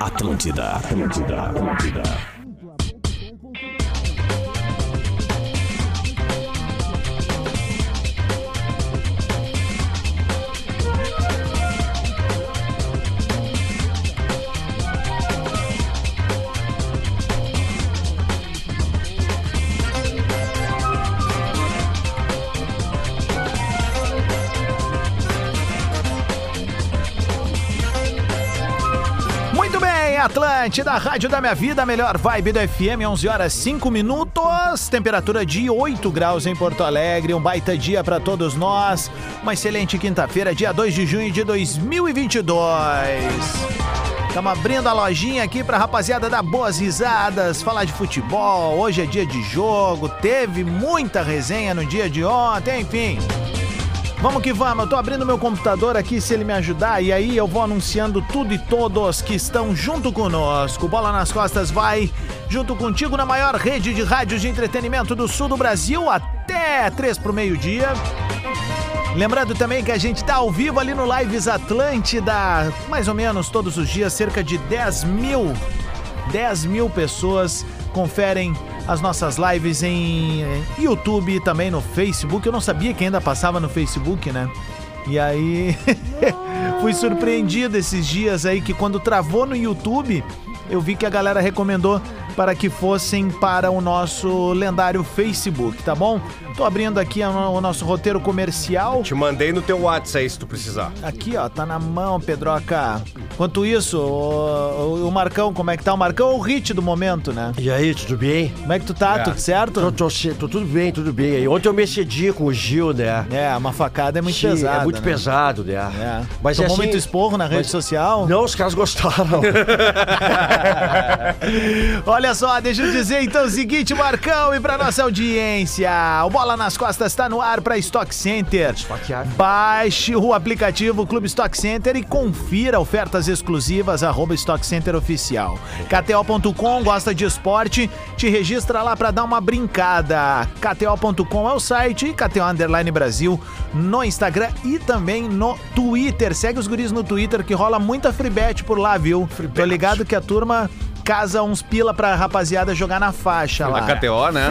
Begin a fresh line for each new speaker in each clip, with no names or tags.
Atlântida. Atlântida, Atlântida, Atlântida.
Muito bem, Atlântida, Rádio da Minha Vida, a melhor vibe do FM, 11 horas 5 minutos, temperatura de 8 graus em Porto Alegre, um baita dia pra todos nós, uma excelente quinta-feira, dia 2 de junho de 2022. Estamos abrindo a lojinha aqui pra rapaziada dar boas risadas, falar de futebol. Hoje é dia de jogo, teve muita resenha no dia de ontem, enfim. Vamos que vamos, eu tô abrindo meu computador aqui se ele me ajudar e aí eu vou anunciando tudo e todos que estão junto conosco. Bola nas costas vai junto contigo na maior rede de rádios de entretenimento do sul do Brasil até três pro meio-dia. Lembrando também que a gente tá ao vivo ali no Lives Atlântida, mais ou menos todos os dias, cerca de 10 mil 10 mil pessoas conferem as nossas lives em eh, YouTube e também no Facebook. Eu não sabia que ainda passava no Facebook, né? E aí fui surpreendido esses dias aí que quando travou no YouTube, eu vi que a galera recomendou para que fossem para o nosso lendário Facebook, tá bom? Tô abrindo aqui a no- o nosso roteiro comercial.
Te mandei no teu WhatsApp aí se tu precisar.
Aqui, ó, tá na mão, Pedroca. Enquanto isso, o, o- o Marcão, como é que tá? O Marcão é o hit do momento, né?
E aí, tudo bem?
Como é que tu tá?
É.
Tudo certo?
Tô, tô, che- tô tudo bem, tudo bem. aí. Ontem eu me excedi com o Gil, né?
É, uma facada é muito
Sim,
pesada.
É muito
né?
pesado, né?
É.
Mas é
Tomou
assim-
muito esporro na rede
mas-
social.
Não, os caras gostaram.
Olha só, deixa eu dizer então o seguinte, Marcão, e pra nossa audiência. O Bola nas Costas tá no ar pra Stock Center.
Center.
Baixe o aplicativo Clube Stock Center e confira ofertas exclusivas, arroba Stock Center Oficial. KTO.com gosta de esporte, te registra lá pra dar uma brincada. KTO.com é o site e KTO Underline Brasil no Instagram e também no Twitter. Segue os guris no Twitter que rola muita free bet por lá, viu? Tô ligado que a turma casa uns pila pra rapaziada jogar na faixa Tá lá.
Na KTO, né?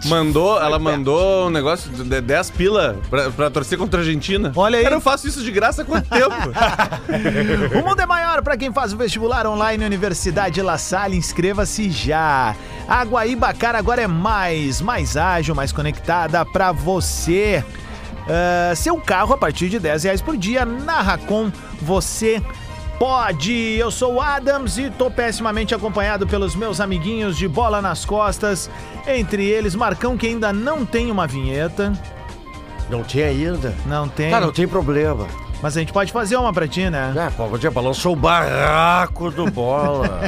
É.
Mandou, ela mandou um negócio de 10 pila pra, pra torcer contra a Argentina.
Olha aí.
Cara, eu faço isso de graça há quanto tempo?
O mundo é maior para quem faz o vestibular online Universidade La Salle. Inscreva-se já. A Guaibacar agora é mais, mais ágil, mais conectada para você. Ah, seu carro a partir de 10 reais por dia na Racon você pode. Eu sou o Adams e tô pessimamente acompanhado pelos meus amiguinhos de bola nas costas. Entre eles, Marcão, que ainda não tem uma vinheta.
Não tem ainda.
Não tem.
Cara, não tem problema.
Mas a gente pode fazer uma pra ti, né?
É, pô, vou dizer, balançou o barraco do bola.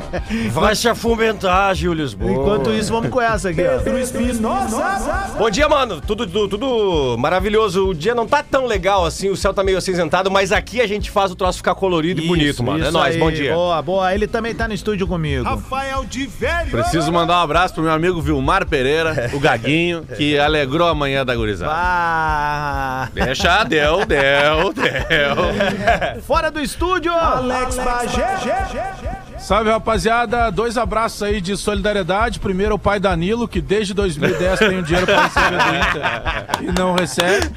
Vai se afumentar, Gil Lisboa.
Enquanto isso, vamos com essa aqui. ó.
Bom dia, mano. Tudo, tudo, tudo maravilhoso. O dia não tá tão legal assim, o céu tá meio acinzentado, mas aqui a gente faz o troço ficar colorido e bonito, mano. É
isso
nóis,
aí.
bom dia.
Boa, boa. Ele também tá no estúdio comigo.
Preciso mandar um abraço pro meu amigo Vilmar Pereira, o Gaguinho, que alegrou a manhã da gurizada.
Ah,
Deixa, deu, deu, deu.
fora do estúdio! Alex
Salve, rapaziada. Dois abraços aí de solidariedade. Primeiro, o pai Danilo, que desde 2010 tem um dinheiro pra receber do Inter e não recebe.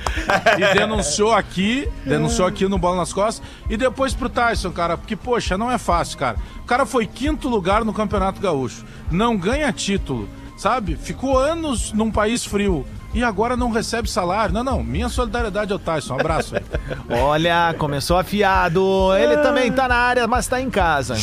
E denunciou aqui, denunciou aqui no Bola nas Costas. E depois pro Tyson, cara, porque, poxa, não é fácil, cara. O cara foi quinto lugar no Campeonato Gaúcho. Não ganha título, sabe? Ficou anos num país frio. E agora não recebe salário. Não, não. Minha solidariedade ao Tyson. Um abraço aí.
Olha, começou afiado.
Ah.
Ele também tá na área, mas tá em casa.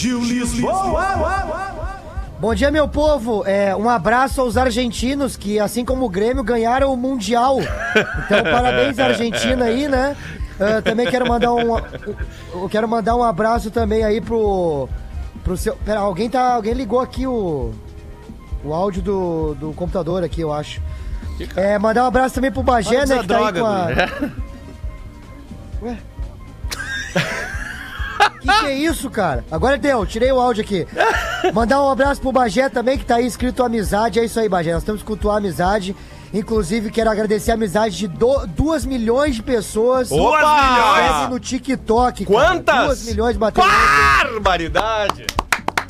Bom dia, meu povo. É, um abraço aos argentinos que, assim como o Grêmio, ganharam o Mundial. Então, parabéns, Argentina aí, né? Ah, também quero mandar um. Eu quero mandar um abraço também aí pro. pro seu. Pera, alguém, tá, alguém ligou aqui o. O áudio do, do computador aqui, eu acho. É, mandar um abraço também pro Bagé, né?
Antes
Que
da
tá aí
droga,
com a. Ué? Que que é isso, cara? Agora deu, tirei o áudio aqui. Mandar um abraço pro Bagé também, que tá aí escrito amizade. É isso aí, Bagé. Nós temos que cultuar a amizade. Inclusive, quero agradecer a amizade de 2 milhões de pessoas.
Duas
Segue
milhões?
no TikTok.
Quantas?
2 milhões bateu.
Barbaridade!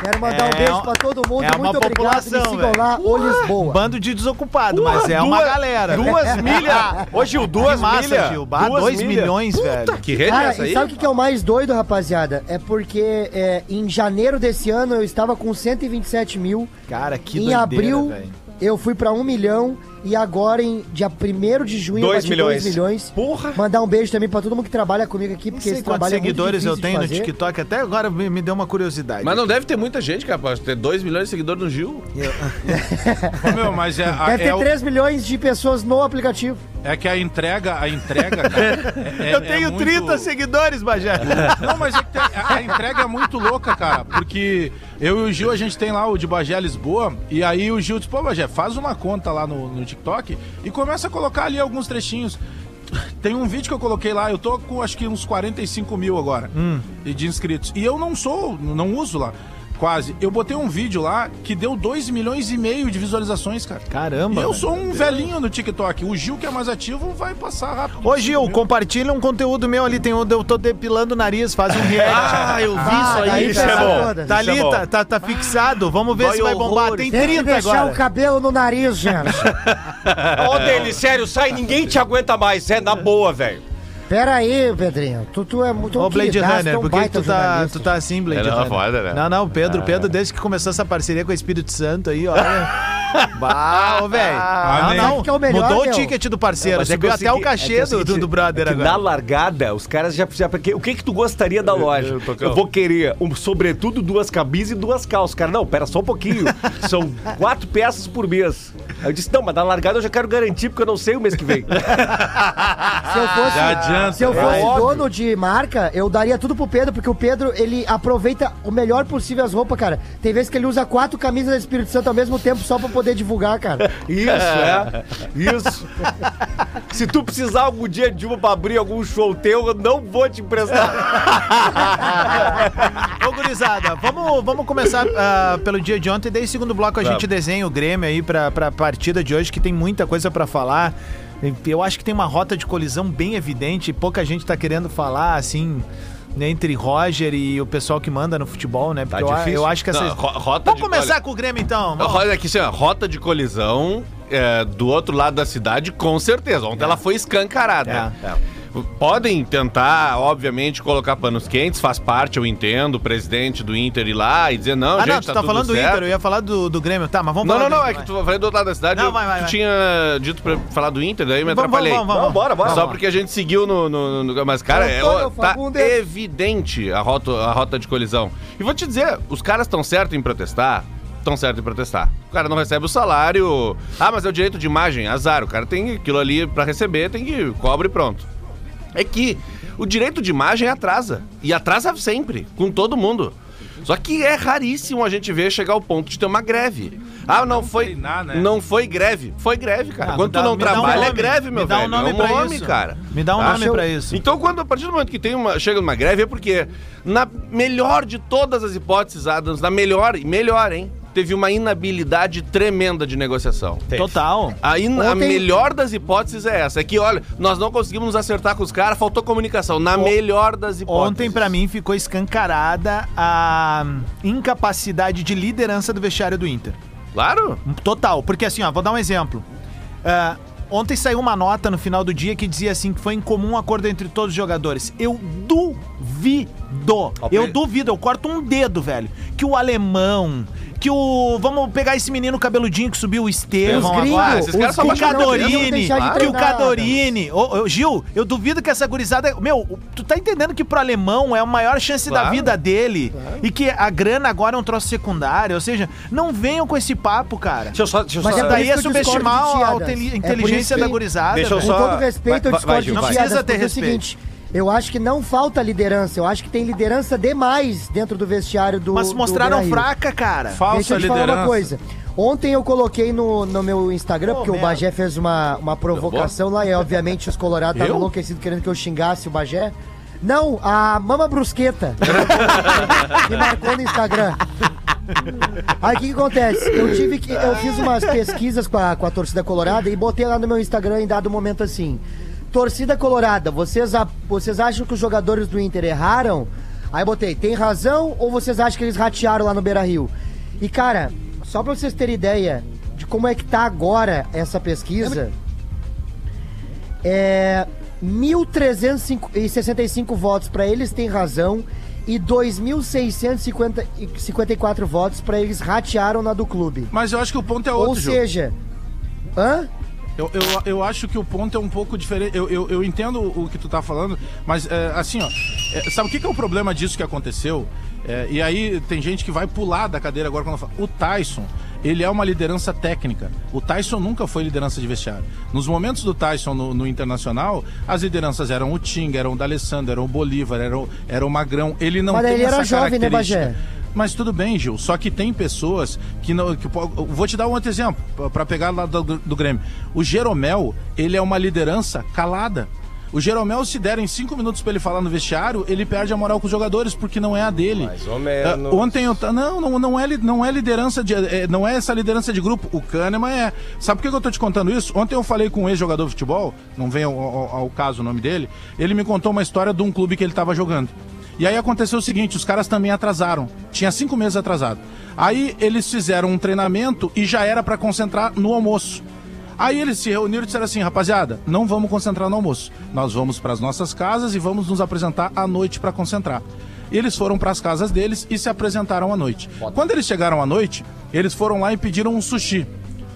Quero mandar um
É
beijo
uma-
pra todo mundo.
é uma
Muito obrigado. Me
população,
sigam
velho.
lá, ô Lisboa.
Bando de desocupado, mas é uma
Duas-
galera. Ah,
Duas milhas! Ô, Gil, duas
que massa,
milhas!
Gil. Ah, dois milhões, velho.
Que rede é
Cara,
essa
e
aí?
sabe o que, que é o mais doido, rapaziada? É porque é, em janeiro desse ano eu estava com 127 mil.
Cara, que
em
doideira,
abril
velho.
eu fui pra 1 milhão. E agora, em dia 1 de junho, eu
Dois
bati
milhões.
dois milhões.
Porra!
Mandar um beijo também pra todo mundo que trabalha comigo aqui,
Não
porque
sei
esse
quantos
trabalho é muito
seguidores eu
difícil de
tenho no
fazer.
TikTok, até agora me, me deu uma curiosidade.
Mas não deve ter muita gente, cara, pra ter 2 milhões de seguidores no Gil.
Ô, meu, mas é,
Ah,
a-
Deve
é,
ter
o-
3 milhões de pessoas no aplicativo.
é que a entrega, a entrega, cara. é-
eu
é
tenho
muito-
30 seguidores, Bajé.
Não, mas é que tem- a, a entrega é muito louca, cara. Porque eu e o Gil, a gente tem lá o de Bagé Lisboa. E aí o Gil disse, pô, Bagé, faz uma conta lá no, no TikTok e começa a colocar ali alguns trechinhos. Tem um vídeo que eu coloquei lá, eu tô com acho que uns 45 mil agora
Hum.
e de inscritos. E eu não sou, não uso lá. Quase. Eu botei um vídeo lá que deu 2 milhões e meio de visualizações, cara.
Caramba,
E eu
velho.
sou um velhinho no TikTok. O Gil, que é mais ativo, vai passar rápido.
Ô Gil, compartilha um conteúdo meu ali, tem o de eu tô depilando o nariz, faz um react. Ah, eu vi
isso aí,
Isso é
cara.
bom. Tá
Isso é
ali,
bom.
tá, tá, tá fixado. Vamos ver se vai bombar. Tem
Tem que
30
deixar
agora.
o cabelo no nariz, gente.
Ô, Deli, sério, sai, ninguém te aguenta mais. É na boa, velho.
Pera aí, Pedrinho. Tu, tu é muito
Ô, Blade
queridaço,
Runner,
tu é um
por que que
baita
tu tá,
jornalista.
tu tá assim, Blade
É, não,
Runner?
foda, né?
Não, não, o Pedro, Pedro, desde que começou essa parceria com o Espírito Santo aí, olha. Bah, ô, velho. Não,
Amém.
não,
Que é o melhor,
mudou
meu.
o ticket do parceiro,
Mas é que
subiu
eu
até o
segui-
cachê
é que eu
do,
segui-
do brother
é que Na
agora.
largada, os caras já já- porque O que que tu gostaria da loja? Eu,
Tocão.
vou querer, um, sobretudo, duas camisas e duas calças. Cara, não, pera só um pouquinho. São quatro peças por mês. Aí eu disse, não, mas na largada eu já quero garantir, porque eu não sei o mês que vem.
Se eu fosse,
Já adianta,
se eu
né?
fosse
É óbvio.
dono de marca, eu daria tudo pro Pedro, porque o Pedro, ele aproveita o melhor possível as roupas, cara. Tem vezes que ele usa quatro camisas do Espírito Santo ao mesmo tempo só pra poder divulgar, cara.
Isso, é. Isso. Se tu precisar algum dia de uma pra abrir algum show teu, eu não vou te emprestar.
Ô, gurizada, vamos, vamos começar ah, pelo dia de ontem. Daí, segundo bloco, a gente desenha o Grêmio aí pra, pra partida de hoje, que tem muita coisa pra falar. Eu acho que tem uma rota de colisão bem evidente. Pouca gente tá querendo falar, assim, né, entre Roger e o pessoal que manda no futebol, né? Porque eu,
Tá difícil.
eu acho que essa.
Não, ro- rota
vamos
de-
começar
olha-
com o Grêmio, então.
Ó,
Vamos.
Olha aqui, assim, ó, rota de colisão é, do outro lado da cidade, com certeza. Ontem ela foi escancarada.
É,
Podem tentar, obviamente, colocar panos quentes, faz parte, eu entendo, o presidente do Inter ir lá e dizer, não,
Ah,
gente,
não, tu tá, falando do Inter, eu ia falar do, do Grêmio. Tá, mas vamos
Não,
falar
não,
do
não, é
Grêmio,
que
vai.
tu falei do outro lado da cidade,
Não,
eu,
vai, vai,
tu
vai.
tinha dito pra falar do Inter, daí eu me
Vamos,
atrapalhei.
vamos, vamos, vamos.
Bora, bora.
Só porque a gente seguiu no. no- no- mas, cara, é,
Antônio
ó, tá
Fagundes.
evidente a rota, a rota de colisão. E vou te dizer, os caras estão certos em protestar. Estão certos em protestar. O cara não recebe o salário. Ah, mas é o direito de imagem. Azar. O cara tem aquilo ali pra receber, tem que cobre e pronto. É que o direito de imagem atrasa. E atrasa sempre, com todo mundo. Só que é raríssimo a gente ver chegar ao ponto de ter uma greve. Ah, não foi.
treinar, né?
Não foi greve. Foi greve, cara.
Ah,
Quando
me dá-
tu não
me dá um
trabalha, é
nome.
greve, meu
Me dá um
velho.
nome
é um
pra
nome,
isso.
cara.
Me dá um
Tá?
nome pra isso.
Então, quando, a partir do momento que tem uma, chega uma greve, é porque, na melhor de todas as hipóteses, Adams, na melhor, e melhor, hein? Teve uma inabilidade tremenda de negociação.
Total.
A, in- a
Ontem-
melhor das hipóteses é essa. É que, olha, nós não conseguimos nos acertar com os caras, faltou comunicação. Na melhor das hipóteses.
Ontem, pra mim, ficou escancarada a incapacidade de liderança do vestiário do Inter.
Claro.
Total. Porque assim, ó, vou dar um exemplo. Ah, ontem saiu uma nota no final do dia que dizia assim que foi em comum acordo entre todos os jogadores. Eu duvido. Eu duvido, eu corto um dedo, velho. Que o alemão. Que o. Vamos pegar esse menino cabeludinho que subiu o Estevão
Os gringos,
agora.
os
caras só
que o
baixaram o
preço, não
Cadorini.
deixar de
Que o
treinar,
Cadorini. Ô, ô, Gil, eu duvido que essa gurizada. Meu, tu tá entendendo que pro alemão é a maior chance da
Claro.
vida dele. E que a grana agora é um troço secundário. Ou seja, não venham com esse papo, cara.
Deixa eu só. Deixa eu
Mas
só
por
Daí
isso
é
que eu
subestimar
discordo de ti,
a
Adams.
utili-
É por isso
inteligência
que-
da gurizada.
Deixa eu
velho.
Com
Então só-
todo respeito,
Vai-
eu
vai- vai,
discordo
Gil,
de
vai.
ti, Adams,
Precisa ter
porque é o
respeito.
seguinte, eu acho que não falta liderança, eu acho que tem liderança demais dentro do vestiário do
Mas
do
mostraram
Beira-Rio.
fraca, cara.
Falsa
Deixa eu te falar uma
liderança.
coisa. Ontem eu coloquei no, no meu Instagram, porque o
merda.
Bagé fez uma, uma provocação lá, e obviamente os colorados estavam enlouquecidos querendo que eu xingasse o Bagé. Não, a Mama Brusqueta. me marcou no Instagram. Aí o que, que acontece? Eu tive que. Eu fiz umas pesquisas com a, com a torcida colorada e botei lá no meu Instagram em dado momento assim. Torcida colorada, vocês, a- vocês acham que os jogadores do Inter erraram? Aí botei, tem razão ou vocês acham que eles ratearam lá no Beira Rio? E cara, só pra vocês terem ideia de como é que tá agora essa pesquisa. É, 1.365 votos pra eles têm razão e 2.654 votos pra eles ratearam na do clube.
Mas eu acho que o ponto é
Ou
outro, Ju.
seja, hã?
Eu, eu, eu acho que o ponto é um pouco diferente. Eu, eu, eu entendo o que tu tá falando, mas é, assim, ó. é, sabe o que, que é o problema disso que aconteceu? É, e aí tem gente que vai pular da cadeira agora quando fala. O Tyson, ele é uma liderança técnica. O Tyson nunca foi liderança de vestiário. Nos momentos do Tyson no, no Internacional, as lideranças eram o Tinga, eram o D'Alessandro, eram o Bolívar, eram, era o Magrão. Ele não
Mas
tem
ele era
essa
jovem, né,
característica.
Bagé?
Mas tudo bem, Gil. Só que tem pessoas que não. que po- eu vou te dar um outro exemplo, pra- pra pegar lá do, do Grêmio. O Jeromel, ele é uma liderança calada. O Jeromel, se derem cinco minutos pra ele falar no vestiário, ele perde a moral com os jogadores, porque não é a dele.
Mais ou menos.
Ah, ontem eu. ta- Não, não, não, é, li- não é liderança de. é, não é essa liderança de grupo. O Kahneman é. Sabe por que que eu tô te contando isso? Ontem eu falei com um ex-jogador de futebol, não vem ao, ao- ao caso o nome dele, ele me contou uma história de um clube que ele tava jogando. E aí aconteceu o seguinte: os caras também atrasaram. Tinha cinco meses atrasado. Aí eles fizeram um treinamento e já era pra concentrar no almoço. Aí eles se reuniram e disseram assim, rapaziada, não vamos concentrar no almoço. Nós vamos para as nossas casas e vamos nos apresentar à noite para concentrar. Eles foram para as casas deles e se apresentaram à noite. Quando eles chegaram à noite, eles foram lá e pediram um sushi.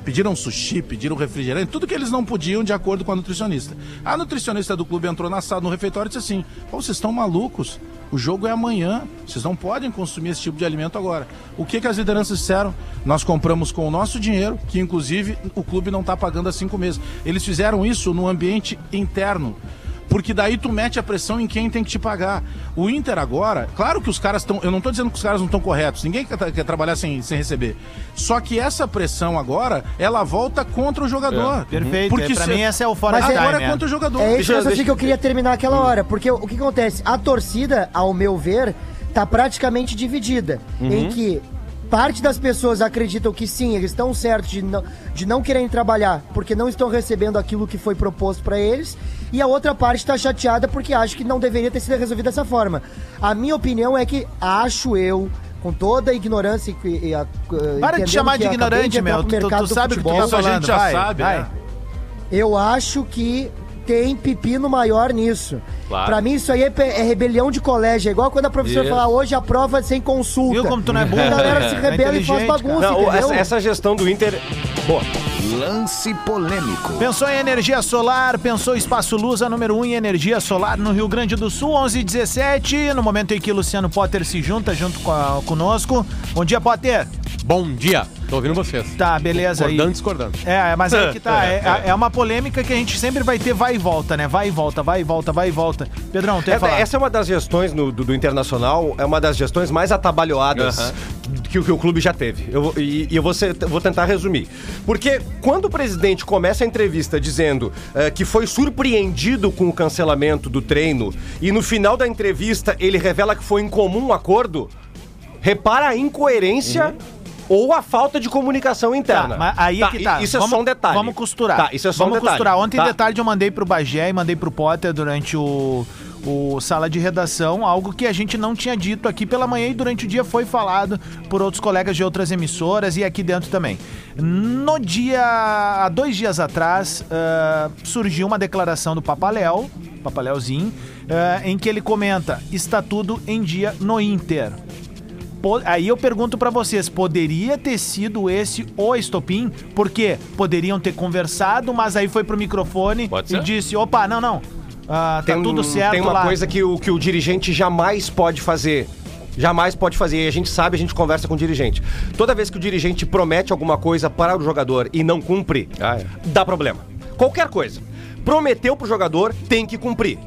Pediram sushi, pediram refrigerante, tudo que eles não podiam de acordo com a nutricionista. A nutricionista do clube entrou na sala, no refeitório e disse assim: Pô, vocês estão malucos? O jogo é amanhã, vocês não podem consumir esse tipo de alimento agora. O que, que as lideranças disseram? Nós compramos com o nosso dinheiro, que inclusive o clube não está pagando há cinco meses. Eles fizeram isso no ambiente interno. Porque daí tu mete a pressão em quem tem que te pagar. O Inter agora, claro que os caras estão. Eu não tô dizendo que os caras não estão corretos. Ninguém quer, tra- quer trabalhar sem, sem receber. Só que essa pressão agora, ela volta contra o jogador.
Perfeito.
Porque
é, pra
se-
mim, essa é o fora
Mas
de
é-
agora
time.
é contra o jogador.
É
Deixa
isso
eu-
que eu,
deixa-
que eu queria terminar aquela
Hum.
hora, porque o, o que acontece? A torcida, ao meu ver, tá praticamente dividida.
Uhum.
Em que parte das pessoas acreditam que sim, eles estão certos de não, de não quererem trabalhar porque não estão recebendo aquilo que foi proposto pra eles, e a outra parte tá chateada porque acha que não deveria ter sido resolvido dessa forma. A minha opinião é que acho eu. Com toda a ignorância e. que- e a- eh,
Para de
entendendo
te chamar de
que acabei
ignorante,
entrar
meu.
pro
Tu, tu,
mercado
tu
do
sabe o que tu tá
futebol.
Isso a
falando.
gente já
vai,
sabe,
vai.
né?
Eu acho que tem pepino maior nisso. Pra mim, isso aí é, pe- é rebelião de colégio. É igual quando a professora fala hoje a prova é sem consulta.
Viu como tu não é burro?
A galera se
É
rebela e faz
inteligente,
bagunça,
Não, o-
entendeu?
essa, essa gestão do Inter. Boa.
Lance polêmico.
Pensou em energia solar, pensou Espaço Luz, a número 1 um em energia solar no Rio Grande do Sul, 1117, no momento em que Luciano Potter se junta junto com a- conosco. Bom dia, Potter.
Bom dia, tô ouvindo vocês.
Tá, beleza aí.
Discordando, discordando.
É, mas é que tá, é, é- é uma polêmica que a gente sempre vai ter vai e volta, né? Vai e volta, vai e volta, vai e volta. Pedrão, tem que
Essa,
falar.
essa é uma das gestões no- do, do Internacional, é uma das gestões mais atabalhoadas que, o- que o clube já teve. Eu vou- e e eu vou, ser- vou tentar resumir. Porque quando o presidente começa a entrevista dizendo eh, que foi surpreendido com o cancelamento do treino e no final da entrevista ele revela que foi em comum acordo, repara a incoerência. Ou a falta de comunicação interna.
Uhum. Tá, mas aí é que
i-
tá.
Isso é só um detalhe.
Vamos costurar.
Tá, isso é só
vamos
um detalhe.
costurar. Ontem
tá?
de tarde eu mandei pro Bagé e mandei pro Potter durante o, o sala de redação, algo que a gente não tinha dito aqui pela manhã e durante o dia foi falado por outros colegas de outras emissoras e aqui dentro também. No dia. Há dois dias atrás, ah, surgiu uma declaração do Papaléu, Papaléuzinho, ah, em que ele comenta: está tudo em dia no Inter. Po- Aí eu pergunto pra vocês, poderia ter sido esse o estopim? Porque poderiam ter conversado, mas aí foi pro microfone
Pode
e
ser.
disse: opa, não, não. ah, tá
Tem- um-
tudo certo
Tem uma
lá.
coisa que o, que o dirigente jamais pode fazer. Jamais pode fazer. E a gente sabe, a gente conversa com o dirigente. Toda vez que o dirigente promete alguma coisa para o jogador e não cumpre,
Ah, é.
dá problema. Qualquer coisa. Prometeu pro jogador, tem que cumprir.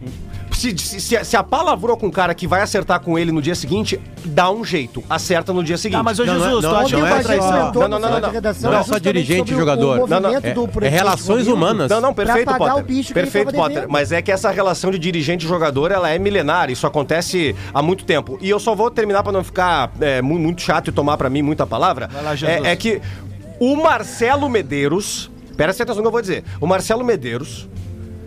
se, se, se, se apalavrou com o cara que vai acertar com ele no dia seguinte, dá um jeito. Acerta no dia seguinte.
Ah, mas ô Jesus,
não,
tu
não,
acha
não
que tá
é
vai
traição.
traição?
comentou
Não, assim. não,
no
não,
sala
não,
de
não.
redação
Não é só
justamente
dirigente
sobre
e
o- o
jogador. Não,
não,
movimento
é-
do
é
presidente
relações
Florino
humanas.
Não, não, perfeito,
pra pagar
Potter.
o bicho que
perfeito,
ele tava
Potter.
devendo.
Mas é que essa relação de dirigente e jogador, ela é milenar. Isso acontece há muito tempo. E eu só vou terminar pra não ficar é, mu- muito chato e tomar pra mim muita palavra.
lá, Jesus.
é, é que o Marcelo Medeiros... Presta atenção no que eu vou dizer. O Marcelo Medeiros,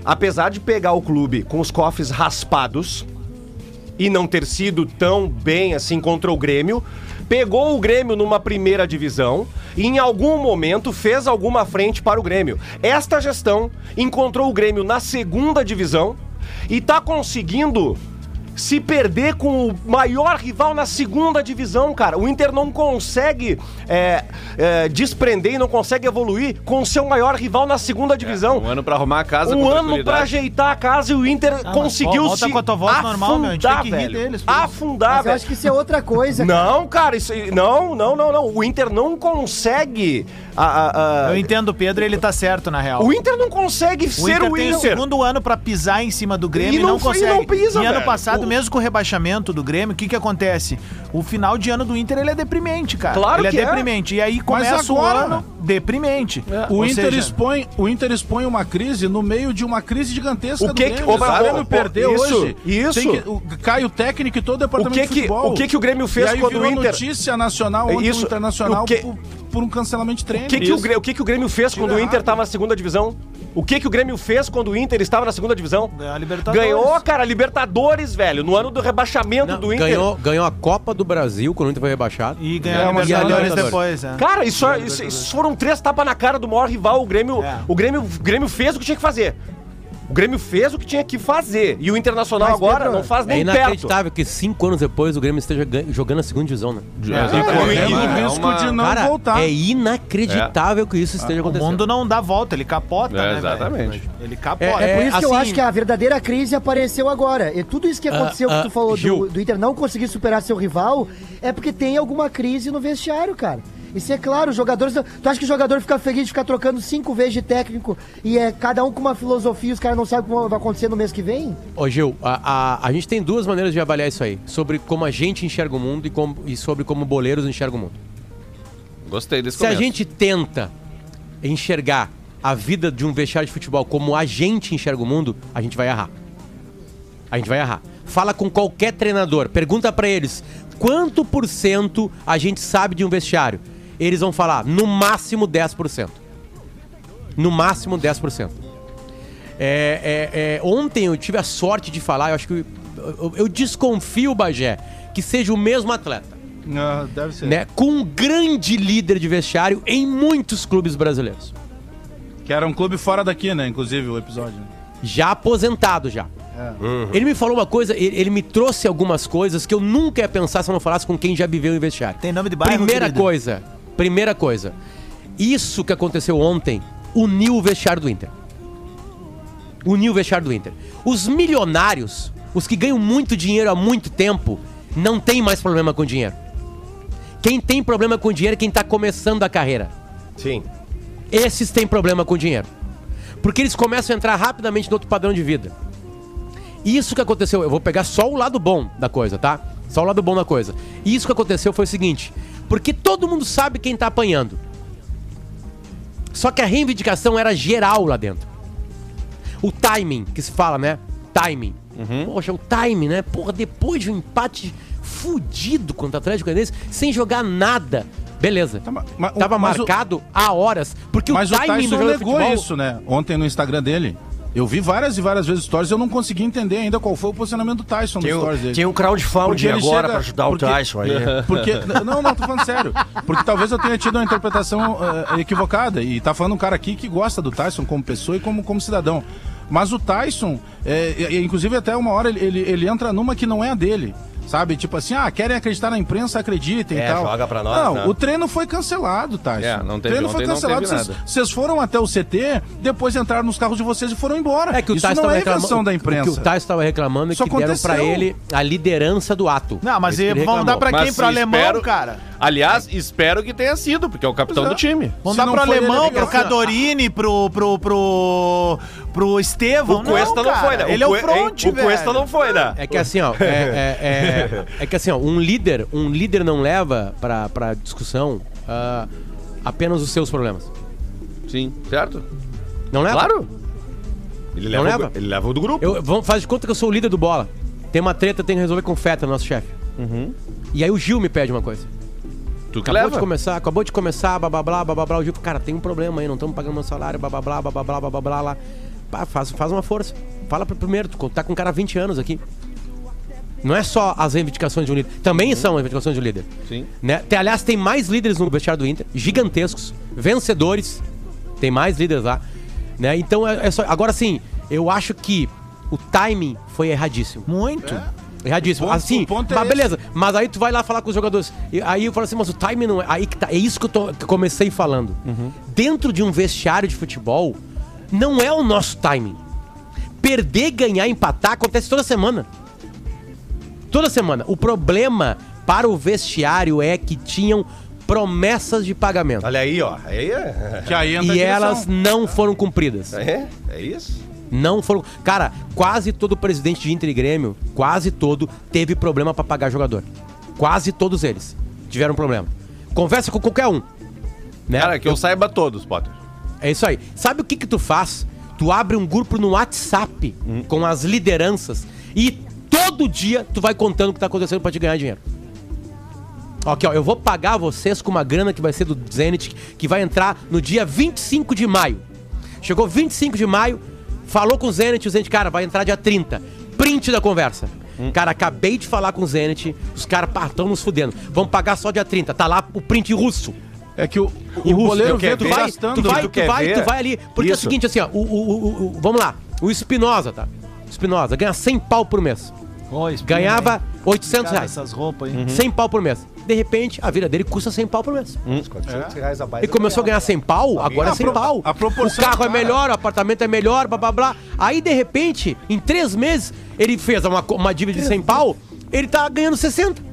apesar de pegar o clube com os cofres raspados e não ter sido tão bem assim contra o Grêmio, pegou o Grêmio numa primeira divisão e em algum momento fez alguma frente para o Grêmio. Esta gestão encontrou o Grêmio na segunda divisão e tá conseguindo se perder com o maior rival na segunda divisão, cara. O Inter não consegue é, é, desprender e não consegue evoluir com o seu maior rival na segunda divisão
Um ano pra arrumar a casa
um
com
ano pra
tranquilidade.
ajeitar a casa e o Inter conseguiu
Ah, volta
se
com a tua voz
afundar,
normal, meu. A gente tem que rir
velho.
deles, pô.
afundar,
Mas eu
velho.
acho que isso é outra coisa.
Não, cara, isso não, não, não, não. O Inter não consegue a, a- a-
Eu entendo o Pedro, ele tá certo, na real.
O Inter não consegue ser
Inter
o
tem o
Inter.
segundo ano pra pisar em cima do Grêmio e
E
não,
não foi- e
consegue.
não pisa,
e ano
velho.
passado,
O-
mesmo com o rebaixamento do Grêmio, o que que acontece? O final de ano do Inter, ele é deprimente, cara.
Claro
ele
que
é
é.
deprimente. E aí começa o
agora,
ano
né?
deprimente.
É. O
Ou
Inter,
seja,
expõe, o Inter expõe uma crise no meio de uma crise gigantesca
O
do
que que-
Grêmio.
Ô, Brasil,
Grêmio
ô,
perdeu
isso,
hoje.
isso.
Tem que- o- cai o técnico e todo o
O
departamento
que
de
que,
futebol.
o que que o Grêmio fez
e aí
quando
virou
o Inter...
notícia nacional ontem
Isso.
no Internacional
O que-
por, por um cancelamento de treino.
O que que o, Grêmio, o que que o Grêmio fez quando o
Tira
Inter
errado.
estava na segunda divisão? O que que o Grêmio fez quando o Inter estava na segunda divisão?
Ganhou a Libertadores.
Ganhou, cara, a Libertadores, velho, no ano do rebaixamento do Inter.
ganhou, ganhou a Copa do Brasil quando o Inter foi rebaixado.
E ganhar
É,
a
mas ganhou a
Libertadores
Libertadores.
depois, é.
Cara, isso, é- isso- isso foram três tapas na cara do maior rival. O Grêmio,
É.
o Grêmio, o Grêmio fez o que tinha que fazer. O Grêmio fez o que tinha que fazer. E o Internacional
Mas,
agora
Pedro,
não faz
É
nem perto.
inacreditável que cinco anos depois o Grêmio esteja gan- jogando a segunda divisão, né?
É,
Correndo o
é
Ah, um risco
uma-
de não
Cara,
voltar.
é inacreditável que isso esteja
O
acontecendo.
mundo não dá volta, ele capota,
É,
né, velho?
exatamente.
Ele capota.
É por
É,
isso que eu
assim-
acho que a verdadeira crise apareceu agora. E tudo isso que aconteceu,
ah,
que tu falou
Gil.
do, do Inter não conseguir superar seu rival, é porque tem alguma crise no vestiário, cara. Isso é claro, os jogadores. Tu acha que o jogador fica feliz de ficar trocando cinco vezes de técnico e é cada um com uma filosofia e os caras não sabem como vai acontecer no mês que vem?
Ô Gil, a, a, a gente tem duas maneiras de avaliar isso aí. Sobre como a gente enxerga o mundo e, como- e sobre como boleiros enxergam o mundo.
Gostei desse
Se a
começo.
gente tenta enxergar a vida de um vestiário de futebol como a gente enxerga o mundo, a gente vai errar. A gente vai errar. Fala com qualquer treinador, pergunta pra eles quanto por cento a gente sabe de um vestiário. Eles vão falar no máximo 10%. No máximo 10%. É, é, é, ontem eu tive a sorte de falar, eu acho que eu, eu- eu desconfio, Bagé, que seja o mesmo atleta
Ah, deve ser.
né, com um grande líder de vestiário em muitos clubes brasileiros.
Que era um clube fora daqui, né? Inclusive, o episódio.
Já aposentado já.
É.
Ele me falou uma coisa, ele, ele me trouxe algumas coisas que eu nunca ia pensar se eu não falasse com quem já viveu em vestiário.
Tem nome de bairro,
Primeira
querido?
coisa, primeira coisa. Isso que aconteceu ontem uniu o vestiário do Inter. Uniu o vestiário do Inter. Os milionários, os que ganham muito dinheiro há muito tempo, não tem mais problema com dinheiro. Quem tem problema com dinheiro é quem tá começando a carreira.
Sim.
esses têm problema com dinheiro. Porque eles começam a entrar rapidamente no outro padrão de vida. Isso que aconteceu, eu vou pegar só o lado bom da coisa, tá? Só o lado bom da coisa. E isso que aconteceu foi o seguinte: porque todo mundo sabe quem tá apanhando. Só que a reivindicação era geral lá dentro. O timing, que se fala, né? Timing.
Uhum.
Poxa, o timing, né? Porra, depois de um empate fudido contra o Atlético Goianiense, sem jogar nada. Beleza.
Tá, ma- ma-
Tava
mas o-
marcado há horas. Porque
Mas
o
o
timing do
Tyson
jogo de
alegou
futebol...
isso, né? Ontem no Instagram dele. Eu vi várias e várias vezes stories e eu não consegui entender ainda qual foi o posicionamento do Tyson nos
Tem um,
stories dele.
tem um crowdfunding
Porque ele
agora
chega-
pra ajudar
porque-
o Tyson aí.
Porque. Não, não, tô falando sério. Porque talvez eu tenha tido uma interpretação eh, equivocada. E tá falando um cara aqui que gosta do Tyson como pessoa e como, como cidadão. Mas o Tyson, eh, e- e inclusive até uma hora ele, ele, ele entra numa que não é a dele. Sabe? Tipo assim, ah, querem acreditar na imprensa, acreditem e
É,
tal.
joga pra nós,
Não,
né?
o treino foi cancelado, Tyson.
É, não teve
o treino foi
ontem, não
cancelado.
teve
vocês-
nada.
Vocês foram até o CT, depois entraram nos carros de vocês e foram embora.
É que o
Isso
Tyson
não
tava
é
reclamando.
invenção da imprensa.
O que o Tyson estava reclamando é
Isso
que deram pra
aconteceu.
ele a liderança do ato.
Não, mas
Esse que
e
ele
vamos
reclamou.
dar pra
Mas
quem? Pro
se
alemão,
espero-
cara?
Aliás, espero que tenha sido, porque é o capitão do time.
Vão
Se
dar
não
pro
for ele,
Alemão,
ele
pro
fica assim, ó.
Cadorini, pro, pro, pro, pro Estevão.
O Cuesta não,
cara,
foi, né?
Ele é o
Cue-
front,
hein? O
velho.
Cuesta não foi, né?
É que assim, ó, é, é- é- é que assim, ó, um líder, um líder não leva pra, pra discussão ah, apenas os seus problemas.
Sim, certo?
Não leva?
Claro.
Ele
Não
leva,
leva?
O, ele leva o do grupo.
Eu, vamos, faz de conta que eu sou o líder do bola. Tem uma treta, tem que resolver com o Feta, nosso chefe. E aí o Gil me pede uma coisa.
Tu que
Acabou
leva.
de começar, acabou de começar, blá blá blá, blá blá blá. O Gil, cara, tem um problema aí, não estamos pagando meu salário, blá blá blá, blá blá blá, blá blá blá. Pá, faz, faz uma força. Fala pro primeiro, tu tá com um cara há 20 anos aqui. Não é só as reivindicações de um líder.
Uhum.
Também são as reivindicações de um líder.
Sim.
Né? Tem, aliás, tem mais líderes no vestiário do Inter, gigantescos, vencedores. Tem mais líderes lá. Né? Então, é, é só. Agora sim, eu acho que o timing foi erradíssimo. É.
Muito.
Erradíssimo.
O ponto-
assim,
o ponto é
mas
esse.
beleza. Mas aí tu vai lá falar com os jogadores. E aí eu falo assim, mas o time não é. Aí que tá. É isso que eu, tô- que eu comecei falando.
Uhum.
Dentro de um vestiário de futebol, não é o nosso timing. Perder, ganhar, empatar acontece toda semana. Toda semana. O problema para o vestiário é que tinham promessas de pagamento.
Tá
Olha aí, ó. Aí é.
Que aí entra a
E
direção.
elas não foram cumpridas.
É, é isso.
Não foram. Cara, quase todo presidente de Inter e Grêmio, quase todo, teve problema pra pagar jogador. Quase todos eles tiveram problema. Conversa com qualquer um. Né?
Cara, que eu saiba todos, Potter.
É isso aí. Sabe o que que tu faz? Tu abre um grupo no WhatsApp com as lideranças e todo dia tu vai contando o que tá acontecendo pra te ganhar dinheiro. Aqui, ó, eu vou pagar vocês com uma grana que vai ser do Zenit, que vai entrar no dia 25 de maio. Chegou 25 de maio, falou com o Zenit, o Zenit, cara, vai entrar dia 30. Print da conversa. Cara, acabei de falar com o Zenit, os caras estão nos fudendo. Vão pagar só dia 30. Tá lá o print russo.
É que o,
E
o
russo,
goleiro
tu quer
vê tu
ver?
gastando.
Tu vai,
tu
tu
quer
vai,
ver?
tu vai ali. Porque é o
Isso.
seguinte, assim, ó. O, o- o- o- vamos lá. O Espinosa, tá? Espinosa ganha 100 pau por mês.
Ó, espinha,
Ganhava
hein?
800
Cara,
reais.
Essas roupas, hein?
100 pau por mês. De repente, a vida dele custa 100 pau por mês.
Uns 400 reais a mais.
Ele começou a ganhar 100 pau, agora é 100 pau.
É. a proporção
o carro é
do cara.
melhor, o apartamento é melhor, blá blá blá. Aí, de repente, em três meses, ele fez uma, co- uma dívida de 100 pau, ele tá ganhando 60.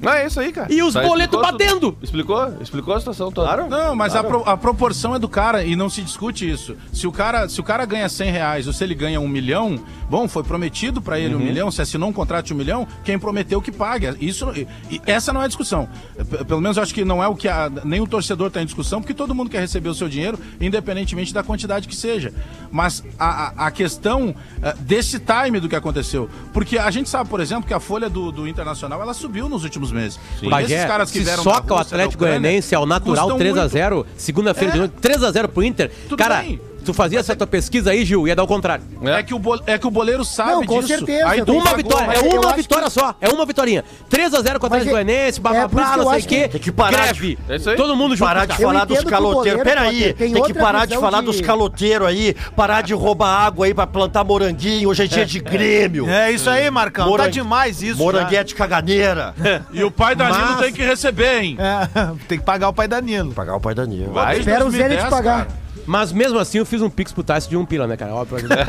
Não, é isso aí, cara.
E os boletos
explicou
batendo.
tudo. Explicou? Explicou a situação toda. Claro.
Não, mas a, pro- a proporção é do cara e não se discute isso. Se o cara, se o cara ganha 100 reais ou se ele ganha um milhão, bom, foi prometido pra ele
Uhum.
um milhão, se assinou um contrato de um milhão, quem prometeu que pague. Isso, e- e essa não é discussão. P- Pelo menos eu acho que não é o que a- nem o torcedor está em discussão, porque todo mundo quer receber o seu dinheiro, independentemente da quantidade que seja. Mas a, a- a questão eh, desse time do que aconteceu, porque a gente sabe, por exemplo, que a folha do, do Internacional ela subiu nos últimos meses. Porque
Bagé, é, se
vieram da
soca o
Rússia, da
Atlético
Ucrânia,
Goianense ao natural
custam
3x0, segunda-feira de
É.
noite, 3x0 pro Inter.
Tudo
cara,
bem.
tu fazia essa tua pesquisa aí, Gil, ia dar o contrário.
É, que o bol- é que o boleiro sabe
Não, com
disso.
certeza.
Aí tu
Tem
Uma
pagou,
vitória,
mas-
é
eu
uma
acho
vitória só, é uma vitória. 3x0 com o
Mas
Atlético
é-
Goianense, blá
é
blá
por isso que
blá,
eu
não sei o
acho que-
quê.
Tem que parar
Greve.
de- É isso aí.
Todo mundo junto.
Parar de
cara.
falar
entendo
dos
que o
caloteiros.
goleiro
Peraí,
pode- tem
tem, que
outra
parar de
visão
falar
de-
dos caloteiros aí, parar de roubar água aí pra plantar moranguinho. Hoje é dia de Grêmio.
É isso aí, Marcão. Tá
Morangue-
demais isso.
Moranguete caganeira.
E o pai da Nilo tem que receber, hein?
cara. É, tem que pagar o pai Danilo.
Pagar o pai Danilo.
Vai.
Desde
Espera o
2010,
Zenit pagar.
cara.
Mas mesmo assim eu fiz um pix pro Tyson de um pila, né, cara? Ó, pra ajudar.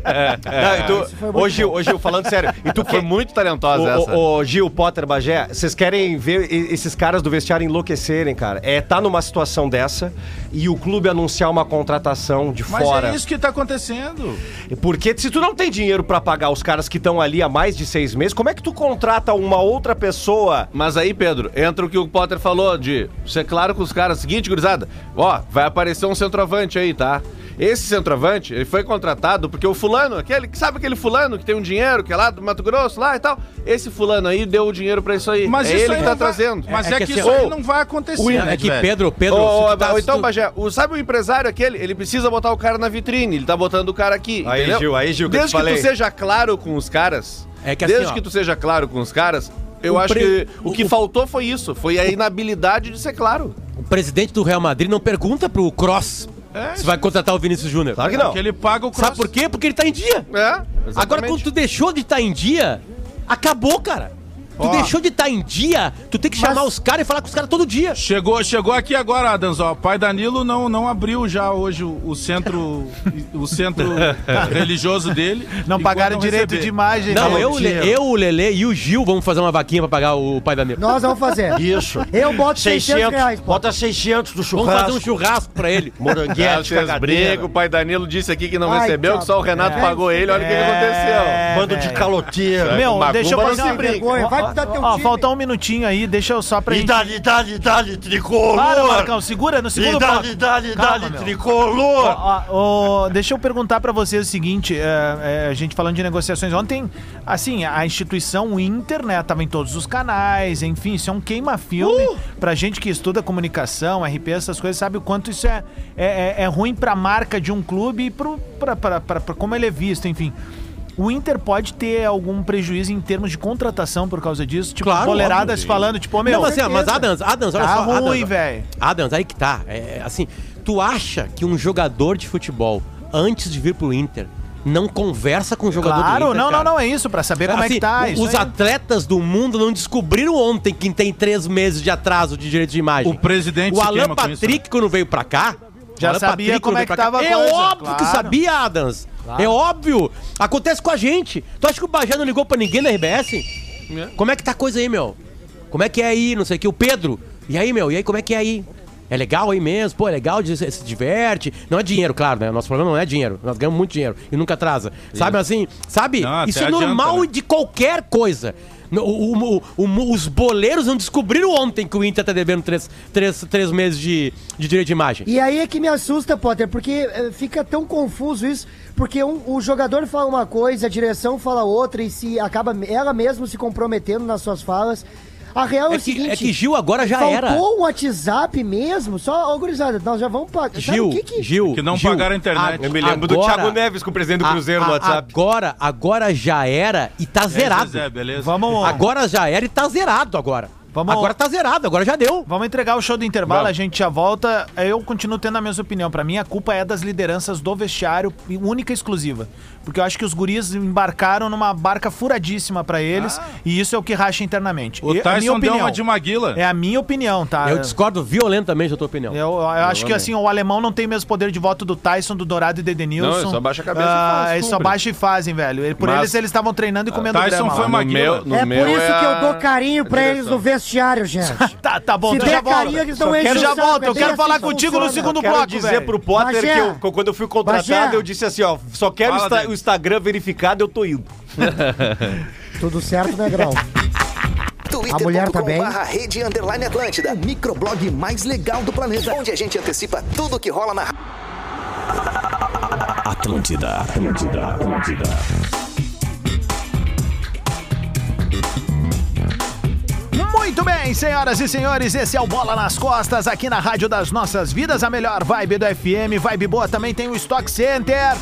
Não, e tu-
foi muito
Ô, Gil, ô, Gil, falando sério. E tu
Foi
que...
muito talentosa essa.
Ô, ô, ô, Gil, Potter, Bagé, vocês querem ver e- esses caras do vestiário enlouquecerem, cara? É, tá numa situação dessa e o clube anunciar uma contratação de
Mas
fora.
é isso que tá acontecendo.
Porque se tu não tem dinheiro pra pagar os caras que estão ali há mais de seis meses, como é que tu contrata uma outra pessoa?
Mas aí, Pedro, entra o que o Potter falou de ser claro com os caras. Seguinte, gurizada, ó, vai aparecer um centroavante aí, tá? Esse centroavante, ele foi contratado porque o fulano, aquele, que sabe aquele fulano que tem um dinheiro, que é lá do Mato Grosso, lá e tal? Esse fulano aí deu o dinheiro pra isso aí.
Mas
é
isso
ele
aí
que
não
tá
vai-
trazendo.
Mas
É
é,
que
que
assim,
isso aí
ó,
não vai acontecer. né,
é que
velho?
Pedro, Pedro,
Ô,
se
ô,
tu tá-
ô,
se
então,
tu-
Bagé, o, sabe o empresário aquele? Ele precisa botar o cara na vitrine, ele tá botando o cara aqui.
Aí,
entendeu?
Gil, aí, Gil, que eu te
Desde que,
falei.
tu seja claro com os caras,
É que assim,
desde
ó,
que tu seja claro com os caras, eu
o
acho
pre-
que o que
o-
faltou foi isso, foi a inabilidade de ser claro.
O presidente do Real Madrid não pergunta pro Cross
É,
se vai contratar o Vinícius Júnior.
Claro que não.
Porque ele paga o cross.
Sabe por quê? Porque ele tá em dia.
É,
Agora, quando tu deixou de estar em dia, tá acabou, cara. Tu deixou de estar em dia, tu tem que chamar os caras e falar com os caras todo dia.
Chegou, chegou aqui agora, Danzó. Pai Danilo não, não abriu já hoje o, o centro, o centro religioso dele.
Não
enquanto
pagaram direito
receber.
de imagem.
Não,
né?
eu, o Le- eu, o Lele e o Gil vamos fazer uma vaquinha pra pagar o pai da Neu.
Nós vamos fazer.
Isso.
Eu boto 600 reais, pô.
Bota 600 do
Vamos fazer um
churrasco.
churrasco pra ele.
Ah, vocês
Moranguete,
brigam,
cagadeira.
o pai Danilo disse aqui que não
Ai,
recebeu,
tá-
que só o Renato
é.
pagou ele, olha o que que
É.
aconteceu.
Bando de caloteiro.
Meu,
Macumba
deixa eu
não
fazer
se
uma
brinca.
pergunta.
Vai dar teu
um Ó,
time.
falta um minutinho aí, deixa eu só pra gente...
Idade, idade, idade, tricolor.
Para, Marcão, segura no segundo bloco.
Idade, idade,
Calma,
idade,
meu.
tricolor.
Ó, ó, deixa eu perguntar pra vocês o seguinte, é, é, a gente falando de negociações ontem, assim, a instituição Inter, né, tava em todos os canais, enfim, isso é um queima-filme
Uh!
pra gente que estuda comunicação, RP, essas coisas, sabe o quanto isso é, é, é- é ruim pra marca de um clube e pro, pra, pra- pra- pra como ele é visto, enfim. O Inter pode ter algum prejuízo em termos de contratação por causa disso? Tipo,
Claro,
boleiradas
óbvio,
falando, tipo, ô, meu,
não, mas, assim, ó, mas Adams, Adams, olha
Tá
só. Adams,
ruim,
ó.
velho.
Adams, aí que tá. É, assim, tu acha que um jogador de futebol, antes de vir pro Inter, não conversa com o jogador do
claro,
Inter?
não, não,
cara?
não, é isso, pra saber como é
Assim,
que tá. isso
os
aí.
atletas do mundo não descobriram ontem que tem três meses de atraso de direito de imagem.
O presidente
O
se
Alan
queima com isso, né?
Patrick, quando veio pra cá.
Já
o Alan
sabia
Patrick,
como
quando
é que
veio pra
tava a
É
coisa,
óbvio que
claro.
sabia, Adams. É óbvio. Acontece com a gente. Tu acha que o Bajé não ligou pra ninguém na RBS? Como é que tá a coisa aí, meu? Como é que é aí, não sei o que, o Pedro? E aí, meu, e aí, como é que é aí? É legal aí mesmo, pô, é legal, de- se se diverte. Não é dinheiro, claro, né? Nosso problema não é dinheiro. Nós ganhamos muito dinheiro e nunca atrasa. Sabe assim? Sabe?
Não, até
Isso é
adianta,
normal
né?
de qualquer coisa. No- o- o- o- o- os boleiros não descobriram ontem que o Inter tá devendo três, três, três meses de, de direito de imagem.
E aí é que me assusta, Potter, porque eh, fica tão confuso isso, porque um- o jogador fala uma coisa, a direção fala outra, e se acaba ela mesma se comprometendo nas suas falas. A real é,
É
o
que-
seguinte.
é que Gil agora já
faltou
era.
um WhatsApp mesmo, só, ô gurizada, nós já vamos pagar.
Gil, Gil,
É Que não
Gil,
pagaram a internet.
a-
Eu me lembro do
agora-
Thiago Neves com o presidente do
a-
Cruzeiro no
a-
WhatsApp.
Agora, agora já era e tá
É,
zerado.
Zezé, beleza?
Vamos,
Agora já era e tá zerado agora.
Vamos-
Agora tá zerado, agora já deu.
vamos entregar o show do intervalo, a gente já volta. Eu continuo tendo a mesma opinião. Pra mim, a culpa é das lideranças do vestiário, única e exclusiva. Porque eu acho que os guris embarcaram numa barca furadíssima pra eles
Ah.
e isso é o que racha internamente.
O
E- é a minha
Tyson deu
opinião.
uma de Maguila.
É a minha opinião, tá?
Eu discordo violentamente da tua opinião.
Eu, eu acho que assim, o alemão não tem mesmo poder de voto do Tyson, do Dourado e do Edenilson.
Não, ele só baixa a cabeça e
Ah,
faz,
eles só
cumpre.
baixa e fazem, velho. Ele- por
Mas-
eles, eles estavam treinando e comendo
Tyson
grama.
foi
lá.
uma-
No meu, no
É
meu
por isso que eu
a
dou carinho pra eles
direção.
no vestiário, gente.
Tá, tá bom,
Se
tu
der
já volta.
carinho, eles não
Eu
enchem o
já
saco,
volto,
é
eu quero
assim
falar
que
contigo no
funciona.
segundo
Eu
Quero
bloco,
dizer
velho.
pro Potter
Bagé.
que eu- que eu- quando eu fui contratado,
Bagé.
eu disse assim, ó, só quero
Fala,
o Insta-
Dani.
o Instagram verificado, eu tô indo.
Tudo certo, né, Grau? A mulher tá bem?
Barra Rede Underline Atlântida, o microblog mais legal do planeta, onde a gente antecipa tudo que rola na
Muito bem, senhoras e senhores, esse é o Bola nas Costas, aqui na Rádio das Nossas Vidas, a melhor vibe do FM, vibe boa, também tem o Stock Center.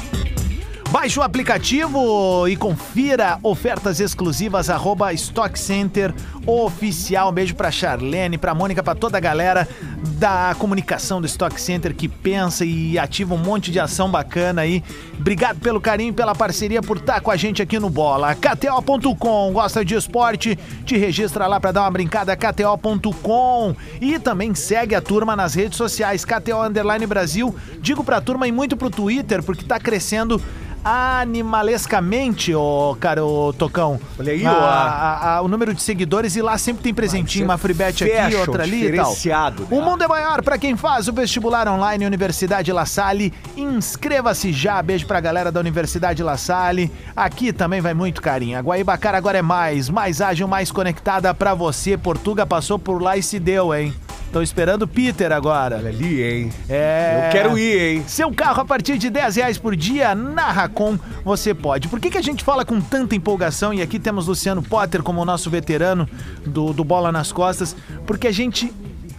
Baixe o aplicativo e confira ofertas exclusivas, arroba Stock Center oficial. Um beijo pra Charlene, pra Mônica, pra toda a galera da comunicação do Stock Center que pensa e ativa um monte de ação bacana aí. Obrigado pelo carinho, pela parceria, por estar com a gente aqui no Bola. KTO.com, gosta de esporte? Te registra lá pra dar uma brincada, KTO.com. E também segue a turma nas redes sociais, KTO Underline Brasil. Digo pra turma e muito pro Twitter, porque tá crescendo animalescamente, ô, cara, ô, Tocão.
Olha aí,
A-
ó.
a- a- o número de seguidores e lá sempre tem presentinho, uma free bet aqui,
fashion,
outra ali e tal.
diferenciado, né?
O mundo é maior pra quem faz o vestibular online Universidade La Salle. Inscreva-se já. Beijo pra galera da Universidade La Salle. Aqui também vai muito carinho. A Guaibacara agora é mais, mais ágil, mais conectada pra você. Portuga passou por lá e se deu, hein? Tô esperando o Peter agora.
Ali, hein?
É.
Eu quero ir, hein?
Seu carro a partir de 10 reais por dia na Racon você pode. Por que, que a gente fala com tanta empolgação? E aqui temos Luciano Potter como nosso veterano do, do Bola nas Costas, porque a gente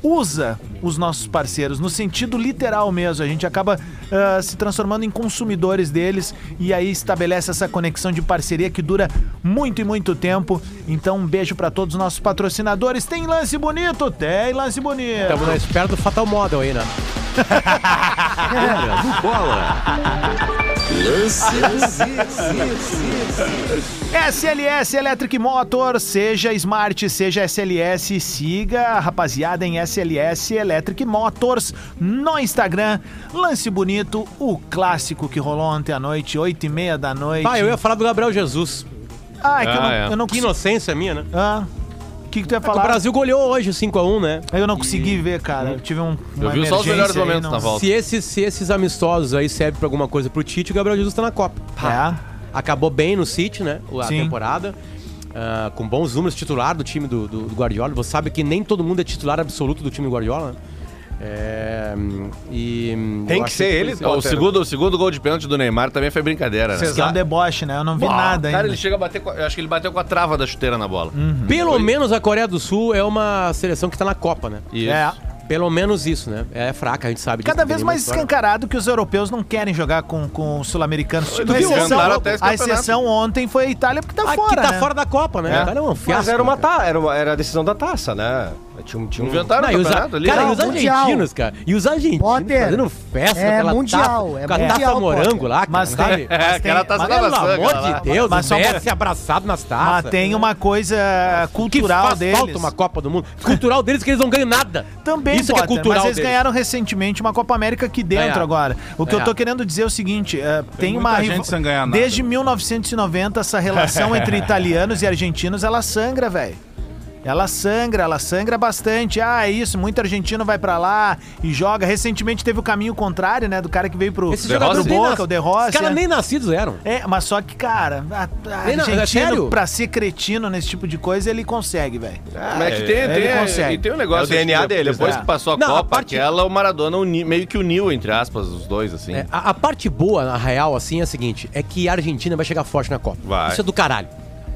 usa os nossos parceiros no sentido literal mesmo. A gente acaba ah, se transformando em consumidores deles e aí estabelece essa conexão de parceria que dura muito e muito tempo. Então um beijo para todos os nossos patrocinadores. Tem lance bonito? Tem lance bonito.
Estamos na espera do Fatal Model aí, né?
SLS Electric Motor, seja Smart, seja SLS, siga a rapaziada em SLS Electric Motors no Instagram. Lance bonito, o clássico que rolou ontem à noite, 8 e meia da noite.
Ah, eu ia falar do Gabriel Jesus.
Ah, é que eu, não,
Ah, é.
eu não
Que
consegui.
inocência minha, né?
Ah, o que, que tu ia falar?
O Brasil goleou hoje 5x1, né?
Eu não consegui ver, cara. Eu tive um.
Eu
uma
vi só os
emergência
melhores
aí,
momentos
não-
na volta.
Se esses, se esses amistosos aí servem pra alguma coisa pro Tite, o Gabriel Jesus tá na Copa.
É.
Acabou bem no City, né? A
Sim.
temporada. ah, com bons números, titular do time do, do- do Guardiola. Você sabe que nem todo mundo é titular absoluto do time do Guardiola, né? É, e, eu
Tem que
acho
ser ele,
foi-
Ó, é o, segundo, o segundo gol de pênalti do Neymar também foi brincadeira, né?
Isso que é um deboche, né? Eu não vi
Bah,
nada
Cara,
ainda.
ele chega a bater. com a- eu acho que ele bateu com a trava da chuteira na bola.
Pelo menos a Coreia do Sul é uma seleção que tá na Copa, né?
Isso.
É.
Pelo menos isso, né? É fraca, a gente sabe disso.
Cada
não
vez
tem
mais
nenhuma história.
escancarado que os europeus não querem jogar com, com os sul-americanos. Tipo, a,
viu?
exceção,
Cantaram até esse
a
campeonato.
exceção ontem foi a Itália, porque tá
Aqui
fora.
tá
né?
fora da Copa, né?
É.
Cara, é um
Mas
fiasco,
era uma,
né,
ta, era uma- era a decisão da taça, né? Tinha um, tinha um...
Inventaram
Não,
o
e os,
campeonato ali.
cara,
né?
e os
Não, mundial.
argentinos, cara. E os argentinos
Potter,
fazendo festa
é
com aquela
mundial,
taça,
é
com a taça
mundial,
morango
Potter.
lá, cara,
Mas
sabe?
tem, mas
É, Aquela
tem- mas-
taça da tá
Pelo
maçã,
amor
aquela lá.
de
Mas
Deus, mas
só
o
um-
Messi abraçado nas taças.
Mas tem uma coisa
que
cultural
faz falta
deles.
uma Copa do Mundo. Cultural deles é que eles não ganham nada.
Também,
Isso que é
Potter,
cultural
mas eles
deles.
ganharam recentemente uma Copa América aqui dentro
Ganharam.
agora. O que eu tô
Ganharam.
querendo dizer é o seguinte, é, tem,
muita
uma...
gente
rival-
sem ganhar nada.
Desde 1990, essa relação entre italianos e argentinos, ela sangra, velho. Ela sangra, ela sangra bastante. Ah, é isso, muito argentino vai pra lá e joga. Recentemente teve o caminho contrário, né, do cara que veio pro,
Esses
pro
jogadores nem
Boca,
nas-
o De Rossi.
Os caras
é.
nem nascidos eram.
É, mas só que, cara, a, a
Ei, não, é
argentino,
sério?
pra ser cretino nesse tipo de coisa, ele consegue, velho.
Como é que tem,
ele
tem,
consegue.
e tem um negócio.
É o DNA
de-
deles,
Depois
né?
que passou a
Não, a
Copa,
parte-
aquela, o Maradona uni- meio que uniu, entre aspas, os dois, assim.
É, a, a parte boa, na real, assim, é a seguinte: é que a Argentina vai chegar forte na Copa.
Vai.
Isso é do caralho.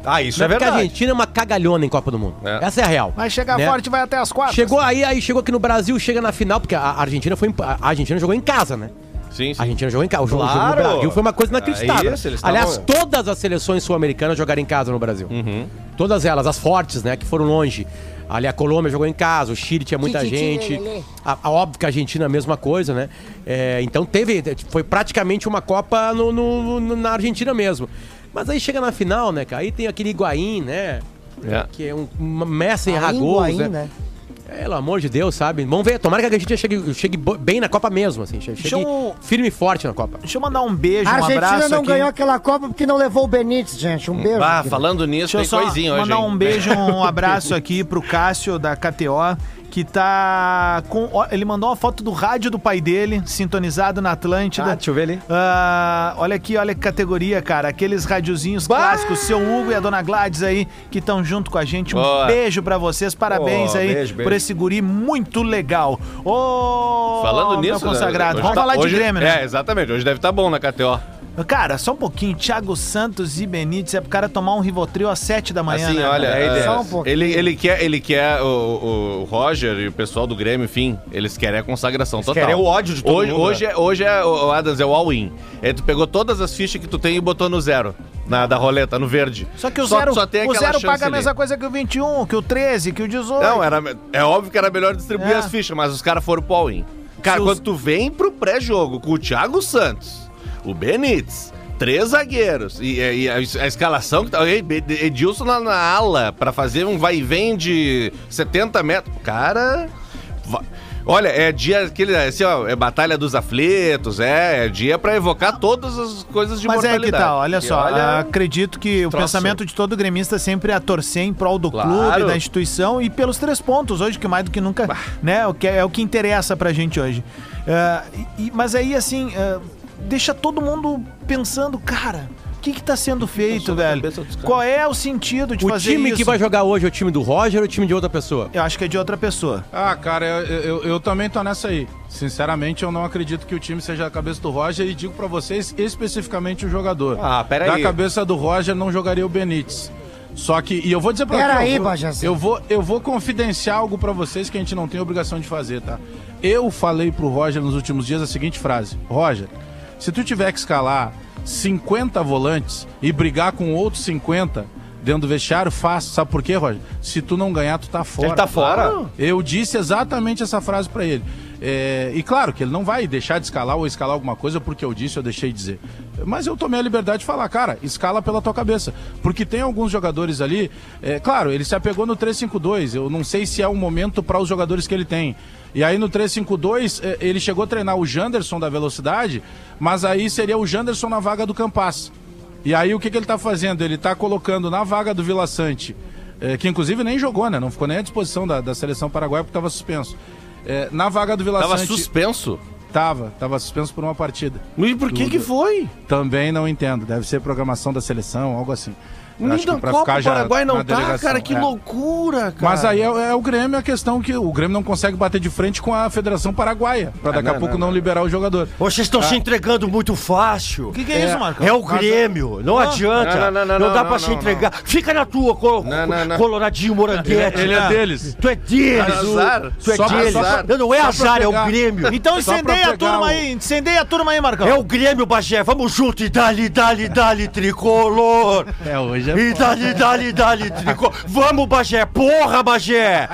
Ah, isso
Não
é
porque
verdade.
a Argentina é uma cagalhona em Copa do Mundo.
É.
Essa é a real.
Vai chegar
né?
forte, vai até as
Ah,
quatro.
Chegou
tá
aí, aí chegou aqui no Brasil, chega na final, porque a a Argentina foi em- a Argentina jogou em casa, né?
Sim, sim.
A Argentina jogou em casa. O jogo, o jogo
Claro.
no Brasil foi uma coisa inacreditável.
É isso, eles estavam- Uhum.
Aliás, todas as seleções sul-americanas jogaram em casa no Brasil. Todas elas, as fortes, né, que foram longe. Ali a Colômbia jogou em casa, o Chile tinha muita
Ti, ti, ti,
gente.
lê, lê.
A, a- óbvio que a Argentina é a mesma coisa, né? É, então teve. Foi praticamente uma Copa no- no- no- na Argentina mesmo. Mas aí chega na final, né, cara? Aí tem aquele Higuaín, né?
É.
Que é um uma Messi
Aí,
erragou,
Higuaín,
né? É, Pelo amor de Deus, sabe? Vamos ver. Tomara que a Argentina chegue, chegue bo- bem na Copa mesmo, assim. Chegue,
Deixa eu-
firme e forte na Copa.
Deixa eu mandar um beijo,
A
um
Argentina
abraço
não
aqui.
ganhou aquela Copa porque não levou o Benítez, gente. Um beijo.
Ah,
querido.
falando
é Deixa
nisso,
eu
tem
só
coisinha hoje.
mandar
hein?
um beijo, um abraço aqui pro Cássio da KTO, que tá com... ó, Ele mandou uma foto do rádio do pai dele, sintonizado na Atlântida.
Ah, deixa eu ver ali.
Ah, olha aqui, olha que categoria, cara. Aqueles radiozinhos clássicos, seu Hugo e a dona Gladys aí, que estão junto com a gente. Um
Boa.
beijo pra vocês, parabéns
Boa,
aí
beijo,
por
beijo.
esse guri muito legal. Ô,
Falando
meu
nisso,
consagrado.
hoje
Vamos
tá-
falar
hoje-
de Grêmio, né?
É, exatamente. Hoje deve estar bom na KTO.
Cara, só um pouquinho. Thiago Santos e Benítez é pro cara tomar um Rivotril às 7 da manhã.
Assim,
né?
olha,
É,
é,
só um pouquinho.
ele, ele quer, ele quer o, o Roger e o pessoal do Grêmio, enfim, eles querem a consagração total.
querem o ódio de todo
hoje,
mundo,
né?
Hoje, é, hoje é, o Adams, é o all-in. É, tu pegou todas as fichas que tu tem e botou no zero, na, da roleta, no verde.
Só que o zero,
só tem
o
aquela
zero
chance
paga a
ali.
mesma coisa que o 21, que o 13, que o 18.
Não, era, é óbvio que era melhor distribuir
É.
as fichas, mas os caras foram pro all-in. Cara,
Se os-
quando tu vem pro pré-jogo com o Thiago Santos, o Benítez, três zagueiros e, e a, a escalação que tá. e- e- Edilson na, na ala pra fazer um vai e vem de 70 metros. Cara. va- Olha, é dia aquele assim, ó, é batalha dos aflitos, é, é dia pra evocar todas as coisas de
Mas é que
mortalidade.
tá, olha
E
só,
olha- um
acredito que o
troço.
pensamento de todo gremista sempre é a torcer em prol do
Claro.
clube, da instituição e pelos três pontos hoje, que mais do que nunca, né, o que é, o que interessa pra gente hoje. Ah, e- e- mas aí, assim, ah, deixa todo mundo pensando, cara, o que que tá sendo feito, velho? Qual é o sentido de
O
fazer
time
isso?
que vai jogar hoje é o time do Roger ou o time de outra pessoa?
Eu acho que é de outra pessoa.
Ah, cara, eu, eu- eu também tô nessa aí. Sinceramente, eu não acredito que o time seja a cabeça do Roger e digo pra vocês especificamente o jogador.
Ah, pera aí.
Da cabeça do Roger não jogaria o Benítez. Só que, e eu vou dizer pra
Pera aí,
eu, vou-
Bajazão.
eu vou Eu vou confidenciar algo pra vocês que a gente não tem obrigação de fazer, tá? Eu falei pro Roger nos últimos dias a seguinte frase: Roger, se tu tiver que escalar 50 volantes e brigar com outros 50 dentro do vestiário, faz. Sabe por quê, Roger? Se tu não ganhar, tu tá fora.
Ele tá fora?
Eu disse exatamente essa frase pra ele. É, e claro que ele não vai deixar de escalar ou escalar alguma coisa porque eu disse ou deixei de dizer. Mas eu tomei a liberdade de falar, cara, escala pela tua cabeça. Porque tem alguns jogadores ali, é, claro, ele se apegou no 3-5-2. Eu não sei se é um momento para os jogadores que ele tem. E aí no 3-5-2, é, ele chegou a treinar o Janderson da velocidade, mas aí seria o Janderson na vaga do Campas. E aí o que, que ele tá fazendo? Ele tá colocando na vaga do Vila Sante, eh, que inclusive nem jogou, né? Não ficou nem à disposição da, da seleção paraguaia porque tava suspenso. Eh, na vaga do Vila
Tava
Sante.
suspenso?
Tava, tava suspenso por uma partida.
E por que
Tudo.
que foi?
Também não entendo. Deve ser programação da seleção, algo assim. Eu
Nem
acho que
na
pra
Copa
ficar
o
já
Paraguai
na
não tá,
delegação,
cara. Que
é.
loucura, cara.
Mas aí é, é o Grêmio a questão que o Grêmio não consegue bater de frente com a Federação Paraguaia, pra daqui a
não,
pouco
não,
É, não, liberar o jogador.
Vocês estão se entregando muito
O
fácil.
Ah. que, que é, isso, Marcão?
É o Grêmio, não
Ah.
adianta.
Não, não, não, não,
dá
não,
pra se
não,
entregar. Fica na tua, co-
Não, não, não.
Coloradinho Moranguete.
Ele é deles.
Tu é deles.
É azar.
Tu é
Só pra-
deles.
só pra-
Não, não é
só pra
azar, é o
pegar.
Grêmio.
Então
Só pra
incendeia a
pegar
turma
o-
aí, então. incendeia a turma aí, Marcão.
É o Grêmio, Bagé. Vamos junto e dali, dali, dali, tricolor.
É, hoje é
E dali, dali, dali, tricolor. Vamos, Bagé. Porra, Bagé.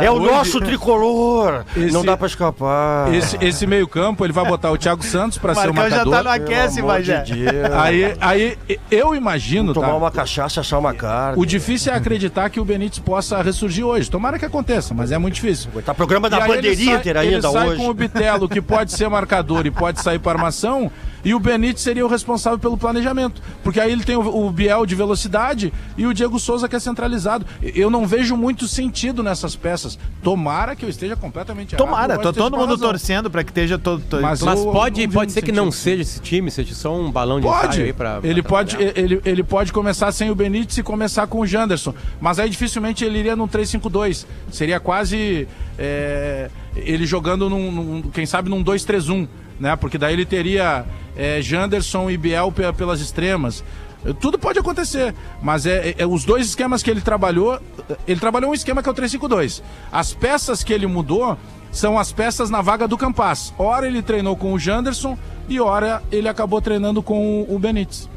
É o nosso tricolor.
Esse-
Não dá pra escapar.
Esse, esse meio-campo, ele vai botar o Thiago Santos pra ser o
Marcão já
matador.
tá no aquece,
Pelo amor de
Bagé.
Deus.
Aí, aí e- eu imagino,
Tomar
tá?
uma cachaça, achar uma carne.
O difícil é acreditar que o Benítez possa ressurgir hoje. Tomara que aconteça, mas é muito difícil.
Tá programa da
E aí ele
bandeirinha
sai-
ter ainda
ele sai
hoje.
com o Bitelo, que pode ser marcador e pode sair para armação, e o Benítez seria o responsável pelo planejamento. Porque aí ele tem o, o Biel de velocidade e o Diego Souza que é centralizado. E- Eu não vejo muito sentido nessas peças. Tomara que eu esteja completamente errado.
Tomara,
eu
tô
acho que
todo
esteja com
mundo
razão.
torcendo pra que esteja todo. todo-
Mas
Mas
eu-
pode,
não vi
pode ser
muito
que não
sentido.
seja esse time, seja só um balão de
Pode.
ensaio aí pra.
ele,
pra
pode
trabalhar.
ele, ele pode começar sem o Benítez e começar com o Janderson. Mas aí dificilmente ele iria num 3-5-2. Seria quase é, ele jogando num, num- Quem sabe num 2-3-1, né? Porque daí ele teria é, Janderson e Biel pe- pelas extremas. Eh, Tudo pode acontecer, mas é, é- os dois esquemas que ele trabalhou. eh, Ele trabalhou um esquema que é o 3-5-2. As peças que ele mudou são as peças na vaga do Campas. Ora ele treinou com o Janderson e ora ele acabou treinando com o- o Benítez.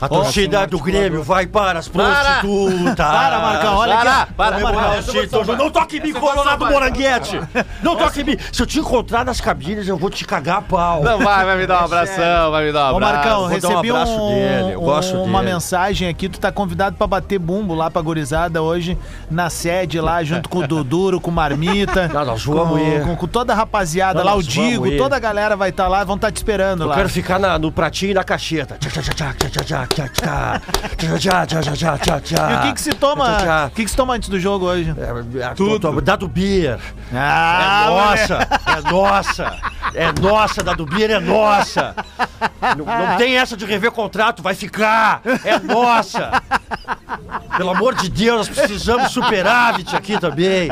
A torcida do Grêmio vai para as
Para!
prostitutas.
Para, Marcão, olha
Para,
aqui.
para,
Comemorar
para.
o
Essa eu vou
título.
salvar.
Não toque em mim,
Essa é eu vou
Colorado
salvar.
Moranguete!
é
Não toque em mim! Se eu te encontrar nas cabines, eu vou te cagar a pau.
Não vai, vai me dar um abração, vai me dar um
Ô,
abraço.
Marcão,
vou dar um
recebi um,
abraço dele, eu gosto
um- uma
dele.
mensagem aqui. Tu tá convidado pra bater bumbo lá pra gurizada hoje na sede lá, junto com o Duduro, com o Marmita.
Não, nós
com,
vamos ir.
com, com toda a rapaziada
Não,
lá, o
nós
Digo,
vamos ir.
toda a galera vai estar lá, vão estar te esperando
Eu
lá.
quero ficar na- no pratinho e na cacheta. Tchá, tchá, tchá, tchá, tchá, tchá, tchá, tchá. Tchá, tchá, tchá, tchá, tchá, tá, tchá.
E o que que se toma?
Tchá,
O que que se toma antes do jogo hoje?
tchá. É, é, Tudo. Dá do beer.
Ah,
É
moleque.
nossa, é nossa, é nossa, da Dubira é nossa. Não, não tem essa de rever contrato, vai ficar, é nossa. Pelo amor de Deus, nós precisamos superávit aqui também.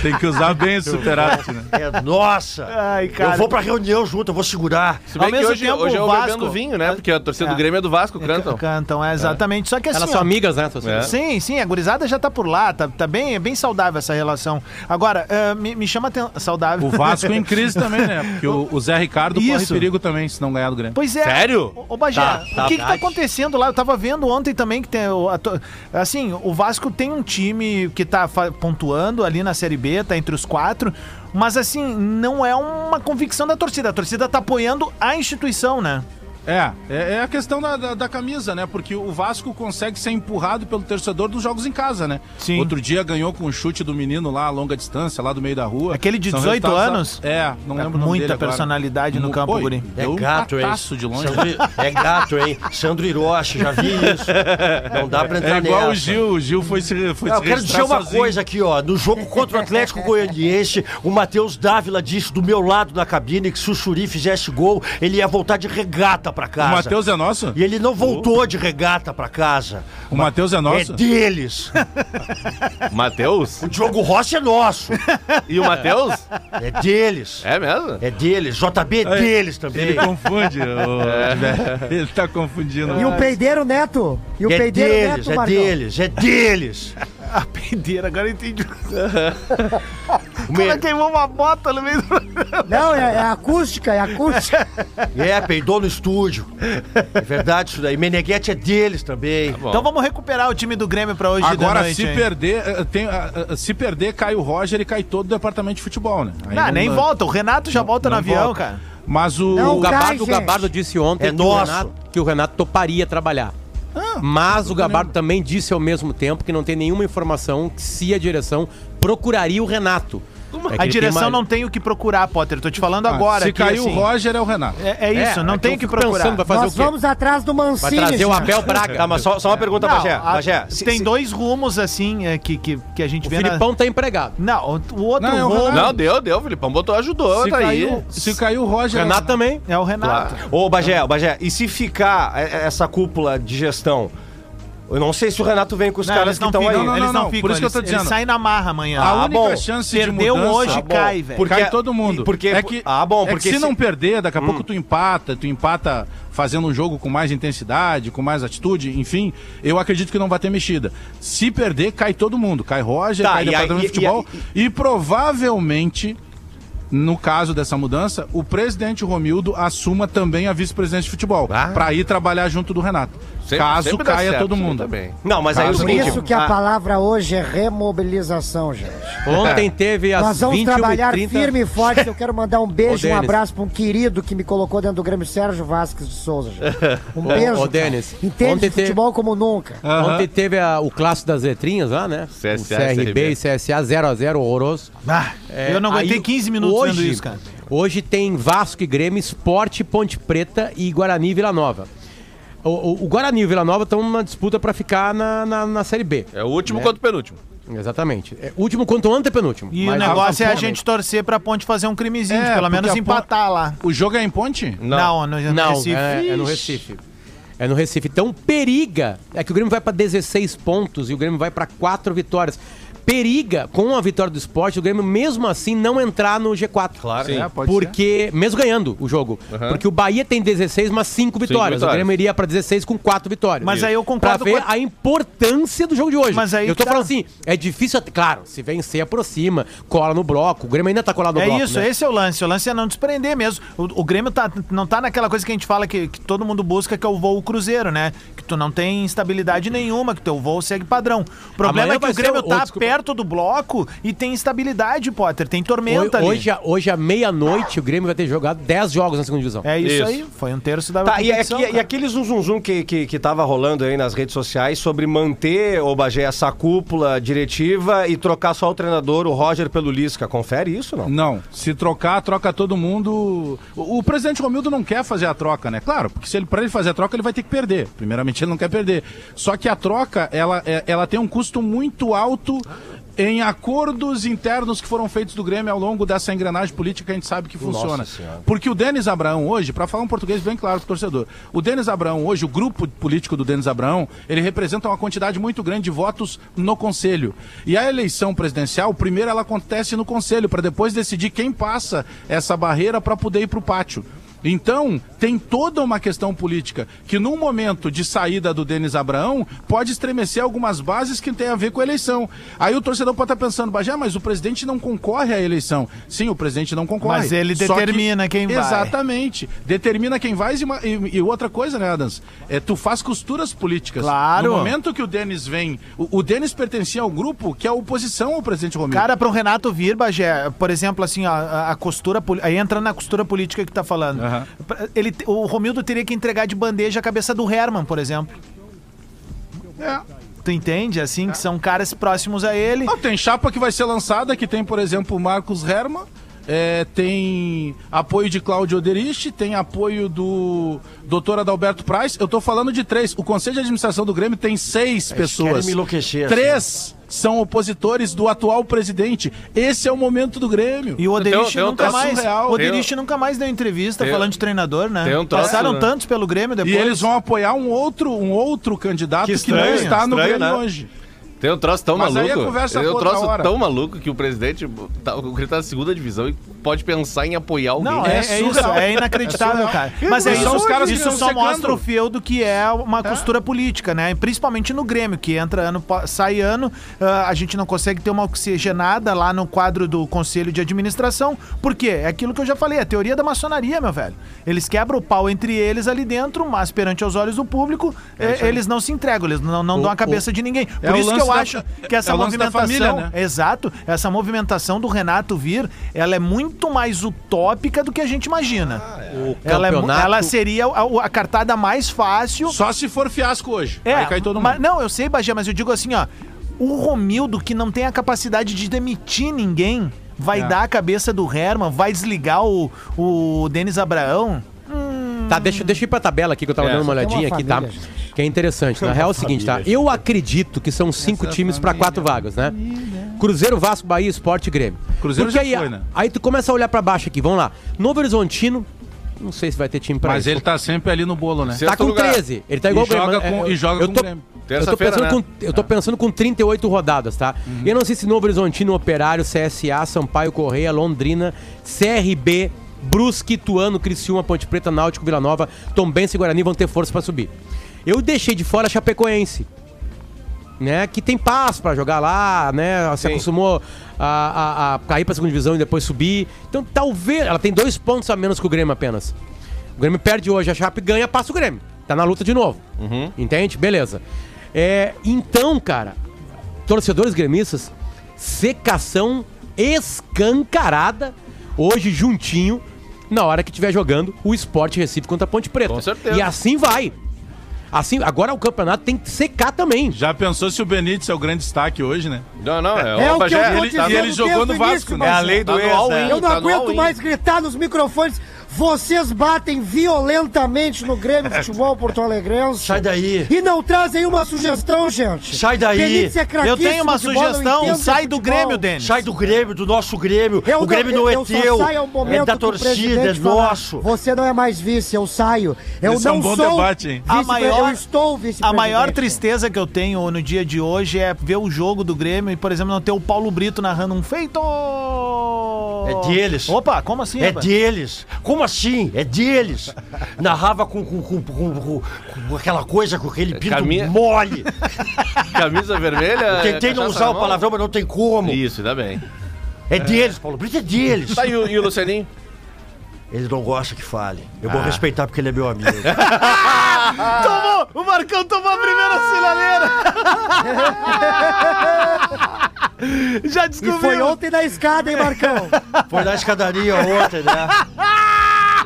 Tem que usar bem esse superávit, né?
É nossa.
Ai, cara.
Eu vou pra reunião junto, eu vou segurar.
Se bem
Ao
que
mesmo
hoje,
tempo,
hoje
o
eu
Vasco-
bebendo vinho, né? Porque a torcida do Grêmio é do Vasco, cantam.
Cantam, é exatamente. Só que assim.
Elas são
ó,
amigas, né? É.
Sim, sim, a gurizada já tá por lá, tá, tá bem, é bem saudável essa relação. Agora, ah, me, me chama atenção. Saudável.
O Vasco em crise também, né? Porque o, o Zé Ricardo corre
Isso.
perigo também, se não ganhar do Grêmio.
Pois é.
Sério?
Ô, ô, Bagé,
Tá, tá,
o que, que tá
tá.
acontecendo lá? Eu tava vendo ontem também que tem. o- a to- Assim, o Vasco tem um time que tá fa- pontuando ali na Série B, tá entre os quatro. Mas assim, não é uma convicção da torcida. A torcida tá apoiando a instituição, né?
É, é, é a questão da, da, da camisa, né? Porque o Vasco consegue ser empurrado pelo torcedor dos jogos em casa, né?
Sim.
Outro dia ganhou com um chute do menino lá a longa distância, lá do meio da rua.
Aquele de
São
18
resultados-
anos?
É, não
É
lembro o nome
muita
dele agora.
personalidade no
Mu-
campo,
Oi,
guri.
É
Deu um gataço de longe.
Sandro- é gato, hein? Sandro Hiroshi, já vi isso. Não dá pra entrar
É igual
nessa.
o Gil, o Gil foi se, foi
Ah,
se
Eu quero
registrar
dizer uma
sozinho.
coisa aqui, ó. No jogo contra o Atlético Goianiense, o Matheus Dávila disse do meu lado da cabine que se o Churi fizesse gol, ele ia voltar de regata pra
O
casa.
Matheus é nosso?
E ele não voltou de regata pra casa.
O Matheus é nosso?
É deles.
Matheus?
O Diogo Rossi é nosso.
E o Matheus?
É deles.
É mesmo?
É deles. JB é deles também.
Ele confunde. ô, Ele tá confundindo.
E
É.
o peideiro neto. E o
É
peideiro
deles,
neto,
é
Marcão.
deles, é deles.
Pendeira, agora eu entendi.
Me-
queimou uma bota no meio do...
Não, é, é acústica, é acústica.
É, peidou no estúdio. É verdade isso daí. Meneghete é deles também.
Então vamos recuperar o time do Grêmio pra hoje da
Agora,
noite.
se
hein?
perder, eh, tem, ah, ah, se perder, cai o Roger e cai todo o departamento de futebol, né? Aí
Não, nem volta. O Renato já volta no
não
avião,
volta.
cara. É um
Mas o.
O
Não,
Ga-
Gabardo,
Ai,
o Gabardo
gente.
disse ontem
É
que, o
nosso.
Renato, que o Renato toparia trabalhar.
Ah,
Mas o Gabardo também disse ao mesmo tempo que não tem nenhuma informação que se a direção procuraria o Renato. É que
a
ele tem
direção
uma-
não tem o que procurar, Potter. Tô te falando agora.
Ah, se
aqui,
cair o
assim.
Roger, é o Renato.
É, é isso, não
é
tem
eu
o que
fico
procurar.
pensando, vai fazer
Nós
o quê?
vamos atrás do
Vai
Mancini.
trazer o
gente.
Abel Braga.
Tá, mas só, só uma pergunta, Bagé.
Não, a-
Bagé, se-
tem
se-
dois rumos assim é, que, que, que a gente
O
vê na-
Filipão tá empregado.
Não, o- o outro
Não, é o
rumo
Renato.
Não, deu, deu. O Filipão botou, ajudou,
se,
tá aí.
cair, o- se cair o Roger. é o
Renato também.
é o Renato.
Ô, Bagé, ô, Bagé, e se ficar eh, eh, essa cúpula de gestão? Eu não sei se o Renato vem com os
Não,
caras
eles
que
não
estão
ficam,
aí.
Não, não,
eles
não,
não
não,
ficam.
por isso que eu tô
eles-
dizendo.
Eles saem na marra amanhã.
A
Ah,
única
bom.
chance
Perdeu
de mudança,
hoje,
Ah, bom,
cai, velho.
Porque
Porque-
cai todo mundo.
e porque-
é que,
ah, bom,
é que
porque
se,
se-
não perder, daqui a pouco tu empata, tu empata fazendo um jogo com mais intensidade, com mais atitude, enfim, eu acredito que não vai ter mexida. Se perder, cai todo mundo. Cai Roger,
Tá,
cai
e aí-
departamento de
e- e-
futebol. E, provavelmente, no caso dessa mudança, o presidente Romildo assuma também a vice-presidente de futebol.
Ah.
pra ir trabalhar junto do Renato.
Sempre-
caso
sempre dá
caia
certo, né?
todo
sempre
mundo.
dá bem.
Não, mas aí é o
Por
Por
seguinte.
isso que a
ah,
palavra hoje é remobilização, gente.
Ontem teve
Nós
às
vamos
21
trabalhar
30
firme e forte. Eu quero mandar um beijo,
Ô,
um
Denis.
abraço pra um querido que me colocou dentro do Grêmio, Sérgio Vasques de Souza. Gente. Um
Ô,
beijo.
ô,
cara.
Denis, Ah,
Entende
ontem
de
te-
futebol como nunca.
Aham.
Ontem teve a- o clássico das letrinhas lá, né?
CSA,
o CRB e CSA 0x0, horroroso.
Ah,
É,
eu não aguentei
aí,
15 minutos
hoje,
vendo isso, cara.
Hoje tem Vasco e Grêmio, Esporte, Ponte Preta e Guarani e Vila Nova. O, o- o Guarani e o Vila Nova estão numa disputa para ficar na, na, na Série B.
É o último contra o penúltimo.
Exatamente. É, último quanto antepenúltimo.
E o
Mas-
negócio é a
Exatamente.
gente torcer pra ponte fazer um crimezinho, de
É,
pelo
porque
menos
a
empatar lá.
O jogo é em ponte?
Não, no, no
Não,
Recife.
É, é no Recife. É no Recife. Então, periga. É que o Grêmio vai pra 16 pontos e o Grêmio vai pra 4 vitórias. Periga com a vitória do esporte, o Grêmio mesmo assim não entrar no G4. Claro,
Sim. é, pode
Porque, mesmo ganhando o jogo. Porque o Bahia tem 16, mas 5 vitórias. O
vitórias.
Grêmio iria pra 16 com 4 vitórias.
Mas aí eu concordo
Pra ver
com a-
a importância do jogo de hoje.
Mas aí
eu tô
que tá.
falando assim, é difícil. até- Claro, se vencer, aproxima, cola no bloco. O Grêmio ainda tá colado no
É
bloco.
isso,
né?
esse é o lance. O lance é não desprender mesmo. O, o Grêmio tá, não tá naquela coisa que a gente fala que, que todo mundo busca, que é o voo cruzeiro, né? Que tu não tem instabilidade nenhuma, que teu voo segue padrão. O problema
Amanhã
é que
vai
o Grêmio
ser o- ô,
tá
desculpa.
perto do bloco e tem instabilidade, Potter. Tem
Hoje,
tormenta ali.
hoje, é à- hoje à meia-noite, o Grêmio vai ter jogado 10 jogos na segunda divisão.
É isso,
Isso.
aí. Foi um terço da
Tá, e,
competição,
aqui- e
cara.
aquele zum, zum, zum que, que, que tava rolando aí nas redes sociais sobre manter, ô Bagé, essa cúpula diretiva e trocar só o treinador, o Roger, pelo Lisca. Confere isso, não?
Não, se trocar, troca todo mundo. O, o presidente Romildo não quer fazer a troca, né? Claro, porque se ele para ele fazer a troca, ele vai ter que perder. Primeiramente, ele não quer perder. Só que a troca, ela, é- ela tem um custo muito alto em acordos internos que foram feitos do Grêmio ao longo dessa engrenagem política que a gente sabe que funciona. Porque o Denis Abraão hoje, para falar um português bem claro pro torcedor, o Denis Abraão hoje, o grupo político do Denis Abraão, ele representa uma quantidade muito grande de votos no conselho. E a eleição presidencial, primeiro ela acontece no conselho para depois decidir quem passa essa barreira para poder ir pro pátio. Então, tem toda uma questão política que, num momento de saída do Denis Abraão, pode estremecer algumas bases que tem a ver com a eleição. Aí o torcedor pode estar pensando, Bajé, mas o presidente não concorre à eleição. Sim, o presidente não concorre.
Mas ele
Só
determina quem vai.
Exatamente. Determina quem vai e, uma- e- e outra coisa, né, Adams? É, tu faz costuras políticas.
Claro.
No momento que o Denis vem... O, o Denis pertencia ao grupo que é a oposição ao presidente Romero.
Cara, para o Renato vir, Bagé, por exemplo, assim, ó, a, a costura. poli- Aí entra na costura política que tá falando.
Aham.
Pra- Ele, te- o Romildo teria que entregar de bandeja a cabeça do Herman, por exemplo.
É.
Tu entende? Assim, que são caras próximos a ele.
Não, tem chapa que vai ser lançada, que tem, por exemplo, o Marcos Herman, é, tem apoio de Cláudio Oderich, tem apoio do doutor Adalberto Praz. Eu tô falando de três. O Conselho de Administração do Grêmio tem seis pessoas.
me enlouquecer,
Três são opositores do atual presidente. Esse é o momento do Grêmio.
E o Oderich
tem um
nunca
troço
mais.
surreal.
O Oderich nunca mais deu entrevista
tem-
falando de treinador, né?
tem um troço,
Passaram
né?
tantos pelo Grêmio depois.
E eles vão apoiar um outro, um outro candidato que,
estranho,
não está no
estranho,
Grêmio
né?
hoje.
Tem um troço tão
Mas aí é
maluco.
conversa
Tem
pra
um
outra
troço
hora.
tão maluco que o presidente, tá, o Grêmio tá na segunda divisão e pode pensar em apoiar alguém.
Não, é, é isso, é inacreditável,
É surreal.
cara. Mas é
Mas são
isso,
os caras que
isso
ficam
só
secando. Tá.
mostra o feudo que é uma costura política, né? E Principalmente no Grêmio, que entra ano, pa- sai ano, ah, a gente não consegue ter uma oxigenada lá no quadro do Conselho de Administração. Por quê? É aquilo que eu já falei, a teoria da maçonaria, meu velho. Eles quebram o pau entre eles ali dentro, mas perante os olhos do público, eh, eles não se entregam, eles não, não dão a cabeça de ninguém. Por
É o
isso que
lance
eu
da-
acho que essa
é o lance da
movimentação...
família, né?
Exato. Essa movimentação do Renato vir, ela é muito mais utópica do que a gente imagina.
Ah,
ela, é mu-
campeonato-
ela seria a, a cartada mais fácil.
Só se for fiasco hoje.
É,
Aí cai todo
mas-
mundo.
não, eu sei, Bagé, mas eu digo assim, ó. O Romildo, que não tem a capacidade de demitir ninguém, vai
É.
dar a cabeça do Herman, vai desligar o, o Denis Abraão.
Tá, deixa, deixa eu ir pra tabela aqui que eu
É,
tava dando uma
tem uma
olhadinha aqui, tá?
família,
Que é interessante. Na real é o seguinte, tá? Eu acredito que são cinco times pra quatro vagas, né? Cruzeiro, Vasco, Bahia, Esporte e Grêmio.
Cruzeiro já
aí,
foi, né?
Aí tu começa a olhar pra baixo aqui, vamos lá. Novo Horizontino, não sei se vai ter time pra
Mas
isso.
ele tá sempre ali no bolo, né?
Tá com 13. Ele tá igual
E
o Grêmio.
joga
né?
com-
Eu-
e joga
eu
com
tô,
o Grêmio. É.
Eu tô,
Terça-feira,
pensando
né?
com, eu tô pensando com 38 rodadas, tá?
Uhum.
Eu não sei se Novo Horizontino, Operário, CSA, Sampaio, Correia, Londrina, CRB, Brusque, Ituano, Criciúma, Ponte Preta, Náutico, Vila Nova, Tombense e Guarani vão ter força pra subir. Eu deixei de fora a Chapecoense né? Que tem paz pra jogar lá, né? Se acostumou a, a- a cair pra segunda divisão e depois subir. Então talvez. Ela tem dois pontos a menos que o Grêmio apenas. O Grêmio perde hoje, a Chape ganha, passa o Grêmio. Tá na luta de novo.
Uhum.
Entende? Beleza. É, então, cara, torcedores gremistas, secação escancarada hoje juntinho na hora que estiver jogando o Sport Recife contra a Ponte Preta.
Com certeza.
E assim vai. Assim, agora o campeonato tem que secar também.
Já pensou se o Benítez é o grande destaque hoje, né?
Não, não, é,
É
o
o que
Bagé.
eu
ele-
tô
ele-
dizendo
e ele jogou
desde
no
o início,
Vasco, né?
Marcelo.
É a lei do
Tá no
ex,
all
né?
in,
Eu não
Tá no all
aguento
in.
mais gritar nos microfones. Vocês batem violentamente no Grêmio Futebol Porto Alegrense.
Sai daí.
E não trazem uma sugestão, gente.
Sai daí.
Benítez é
Eu
craquíssimo
tenho uma
de bola, eu
sugestão,
entendo de
sai do
futebol.
Grêmio, Denis.
Sai do Grêmio, do nosso Grêmio.
Eu
o Grêmio não
eu
é
só
teu.
saio ao
É
momento
da
que o
torcida, é
presidente falar,
nosso.
Você não é mais vice, eu saio. Eu
Esse é
não
um bom
sou
debate, hein?
vice-
A maior-
eu estou vice
A maior tristeza que eu tenho no dia de hoje é ver o jogo do Grêmio e, por exemplo, não ter o Paulo Brito narrando um feito. É
deles.
Opa, como assim?
É
rapaz?
deles. Como assim? É deles. Narrava com, com- com- com- com- com aquela coisa, com aquele pinto
Caminha-
mole.
Camisa vermelha. é
Eu tentei não
cachaça
usar
na
o
mão.
palavrão, mas não tem como.
Isso, ainda bem.
É deles, Paulo Brito, é deles.
Tá, e o, e o Lucianinho?
Ele não gosta que fale. Eu vou respeitar porque ele é meu amigo.
Tomou! O Marcão tomou a primeira sinaleira! Já
E
descobriu.
foi ontem na escada, hein, Marcão?
Foi na escadaria ontem, né?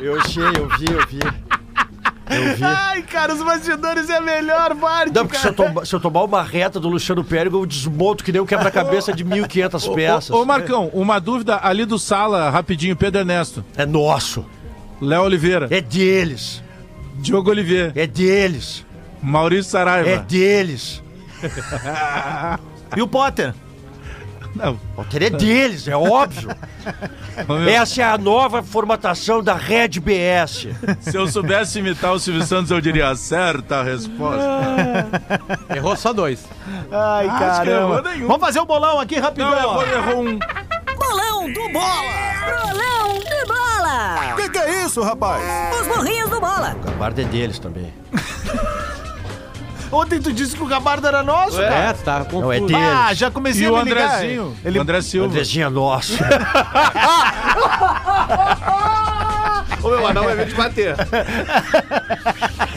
Eu sei, eu vi, eu vi. Eu vi.
Ai, cara, os bastidores é a melhor parte,
Não, porque se
cara.
eu, tomba- se eu tomar uma reta do Luciano Pérez, eu desmonto que nem um quebra-cabeça de 1.500 peças.
Ô, ô, Marcão, uma dúvida ali do Sala, rapidinho, Pedro Ernesto,
É nosso.
Léo Oliveira,
É deles.
Diogo Oliveira,
É deles.
Maurício Saraiva.
É deles.
E o Potter?
Não,
Walter, é deles, é óbvio.
meu,
Essa é a nova formatação da Red BS.
Se eu soubesse imitar o Silvio Santos, eu diria acerta a resposta.
Errou só dois.
Ai, caramba.
errou nenhum.
Vamos fazer o bolão aqui rapidão.
Não,
ó.
errou, errou um.
Bolão do Bola! Bolão do Bola!
Que que é isso, rapaz?
Os morrinhos do Bola!
A guarda é deles também.
Ontem tu disse que o gabardo era nosso, cara.
É, tu tá confuso.
Não, é deles.
Ah, já comecei
E
a
o
me ligar.
Andrezinho,
Ele...
o André Silva.
Andrezinho é nosso.
Ô, meu anão vai vir te bater.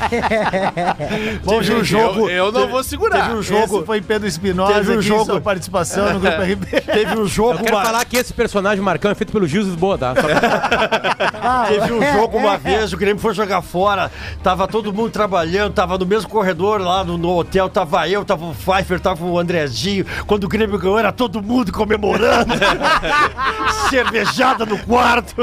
Teve um jogo.
Eu, eu não vou segurar.
Teve um jogo.
Esse foi Pedro Espinosa
Teve um
aqui,
jogo-
sua participação no Grupo RB.
Teve um jogo.
Eu quero
uma-
falar que esse personagem Marcão é feito pelo Gil Lisboa, tá? Só pra-
Teve um jogo uma vez, o Grêmio foi jogar fora, tava todo mundo trabalhando, tava no mesmo corredor lá no, no hotel, tava eu, tava o Pfeiffer, tava o Andrezinho. Quando o Grêmio ganhou, era todo mundo comemorando. Cervejada no quarto.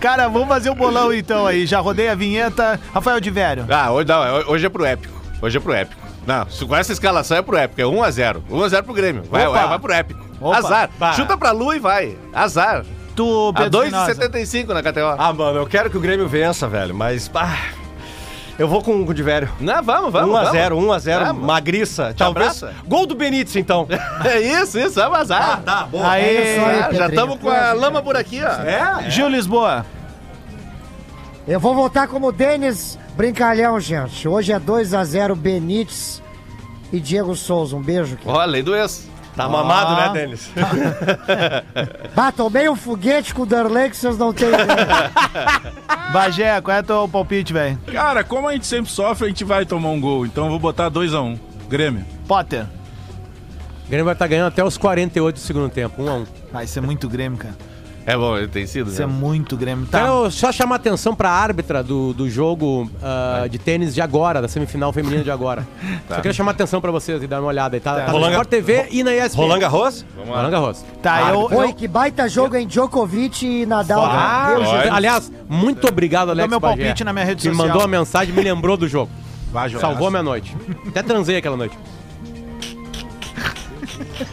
Cara, vamos fazer o bolão então aí. Já rodei a vinheta. Rafael de Vério.
Ah, hoje, não, é- hoje é pro épico. Hoje é pro épico. Não, se- com essa escalação é pro épico. É 1x0. 1x0 pro Grêmio. Vai,
Opa.
vai, vai pro épico.
Opa.
Azar.
Pá.
Chuta pra lua e vai. Azar.
Tu,
A
Pedro Espinosa.
2,75 na KTO.
Ah, mano, eu quero que o Grêmio vença, velho, mas. ah,
Eu vou com o de velho.
Não, vamos,
Um
vamos.
1x0, 1x0,
Vamos.
magriça. Talvez.
abraça?
Gol do Benítez, então.
É isso, isso, vamos azar.
Tá, bom.
Aí,
Isso aí,
Ah, já
Pedrinho.
estamos com a lama por aqui, ó.
É?
Gil Lisboa.
Eu vou voltar como Denis Brincalhão, gente. Hoje é 2x0 Benítez e Diego Souza. Um beijo.
Ó, lei do ex.
Tá mamado, né, Denis?
Ah, tomei um foguete com o Darley que vocês não têm ideia.
Bagé, qual é teu palpite, velho?
Cara, como a gente sempre sofre, a gente vai tomar um gol. Então eu vou botar 2x1. Grêmio.
Potter.
O Grêmio vai estar ganhando até os 48 do segundo tempo, 1 a 1
Vai ser muito Grêmio, cara.
É bom, ele tem sido.
Isso é
né?
muito Grêmio. Tá.
Quero só chamar atenção pra árbitra do, do jogo ah, de tênis de agora, da semifinal feminina de agora. Só quero chamar atenção pra vocês e dar uma olhada aí. Tá, tá no
Roland-
Sport TV e na ESPN.
Roland Garros?
Roland Garros.
Tá, eu,
Oi,
eu-
que baita jogo, hein? Djokovic e Nadal.
Ah,
Meu Deus,
olha.
Jesus.
Aliás, muito obrigado, Alex
Deu meu
Bagé,
palpite na minha rede
que me
social.
mandou uma mensagem, me lembrou do jogo.
Vai, Jonas.
Salvou a minha noite. Até transei aquela noite.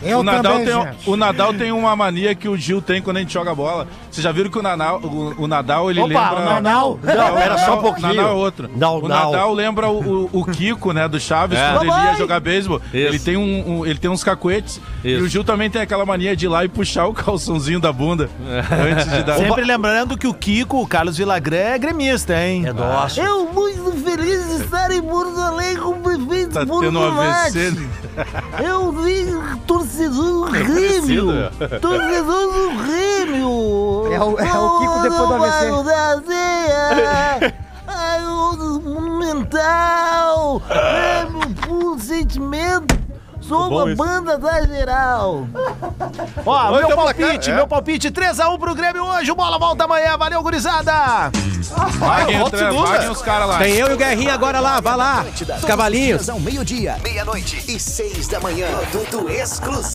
Eu
o Nadal,
também, gente.
tem, um- o Nadal tem uma mania que o Gil tem quando a gente joga bola. Vocês já viram que o, Nanau, o, o Nadal, ele
Opa,
lembra...
o Nanau?
Não,
era só um pouquinho.
Nadal é outro.
Não,
o
não.
Nadal lembra o, o- o Kiko, né, do Chaves, quando ele ia jogar beisebol. Ele tem, um, um- ele tem uns cacuetes. E
Isso.
o Gil também tem aquela mania de ir lá e puxar o calçãozinho da bunda antes de dar...
sempre lembrando que o Kiko, o Carlos Vilagrã, é gremista, hein?
É nossa.
Eu muito feliz de estar em Porto Alegre com o prefeito
Tá
Porto
tendo um AVC.
Alegre. Eu vi torcedor do Grêmio.
é.
Torcedor do Grêmio.
É o- é o Kiko depois do AVC.
Não, não, não, não. Ai,
é
o monumental. É meu puro sentimento. Sou a banda da geral.
Ó, meu palpite, meu palpite 3x1 pro Grêmio hoje. O bola volta amanhã. Valeu, gurizada!
Paguem, entra- paguem os caras lá.
Tem eu e o Guerrinha agora lá, vai lá. Os cavalinhos.
Ao meio-dia, meia-noite e seis da manhã. Produto exclusivo.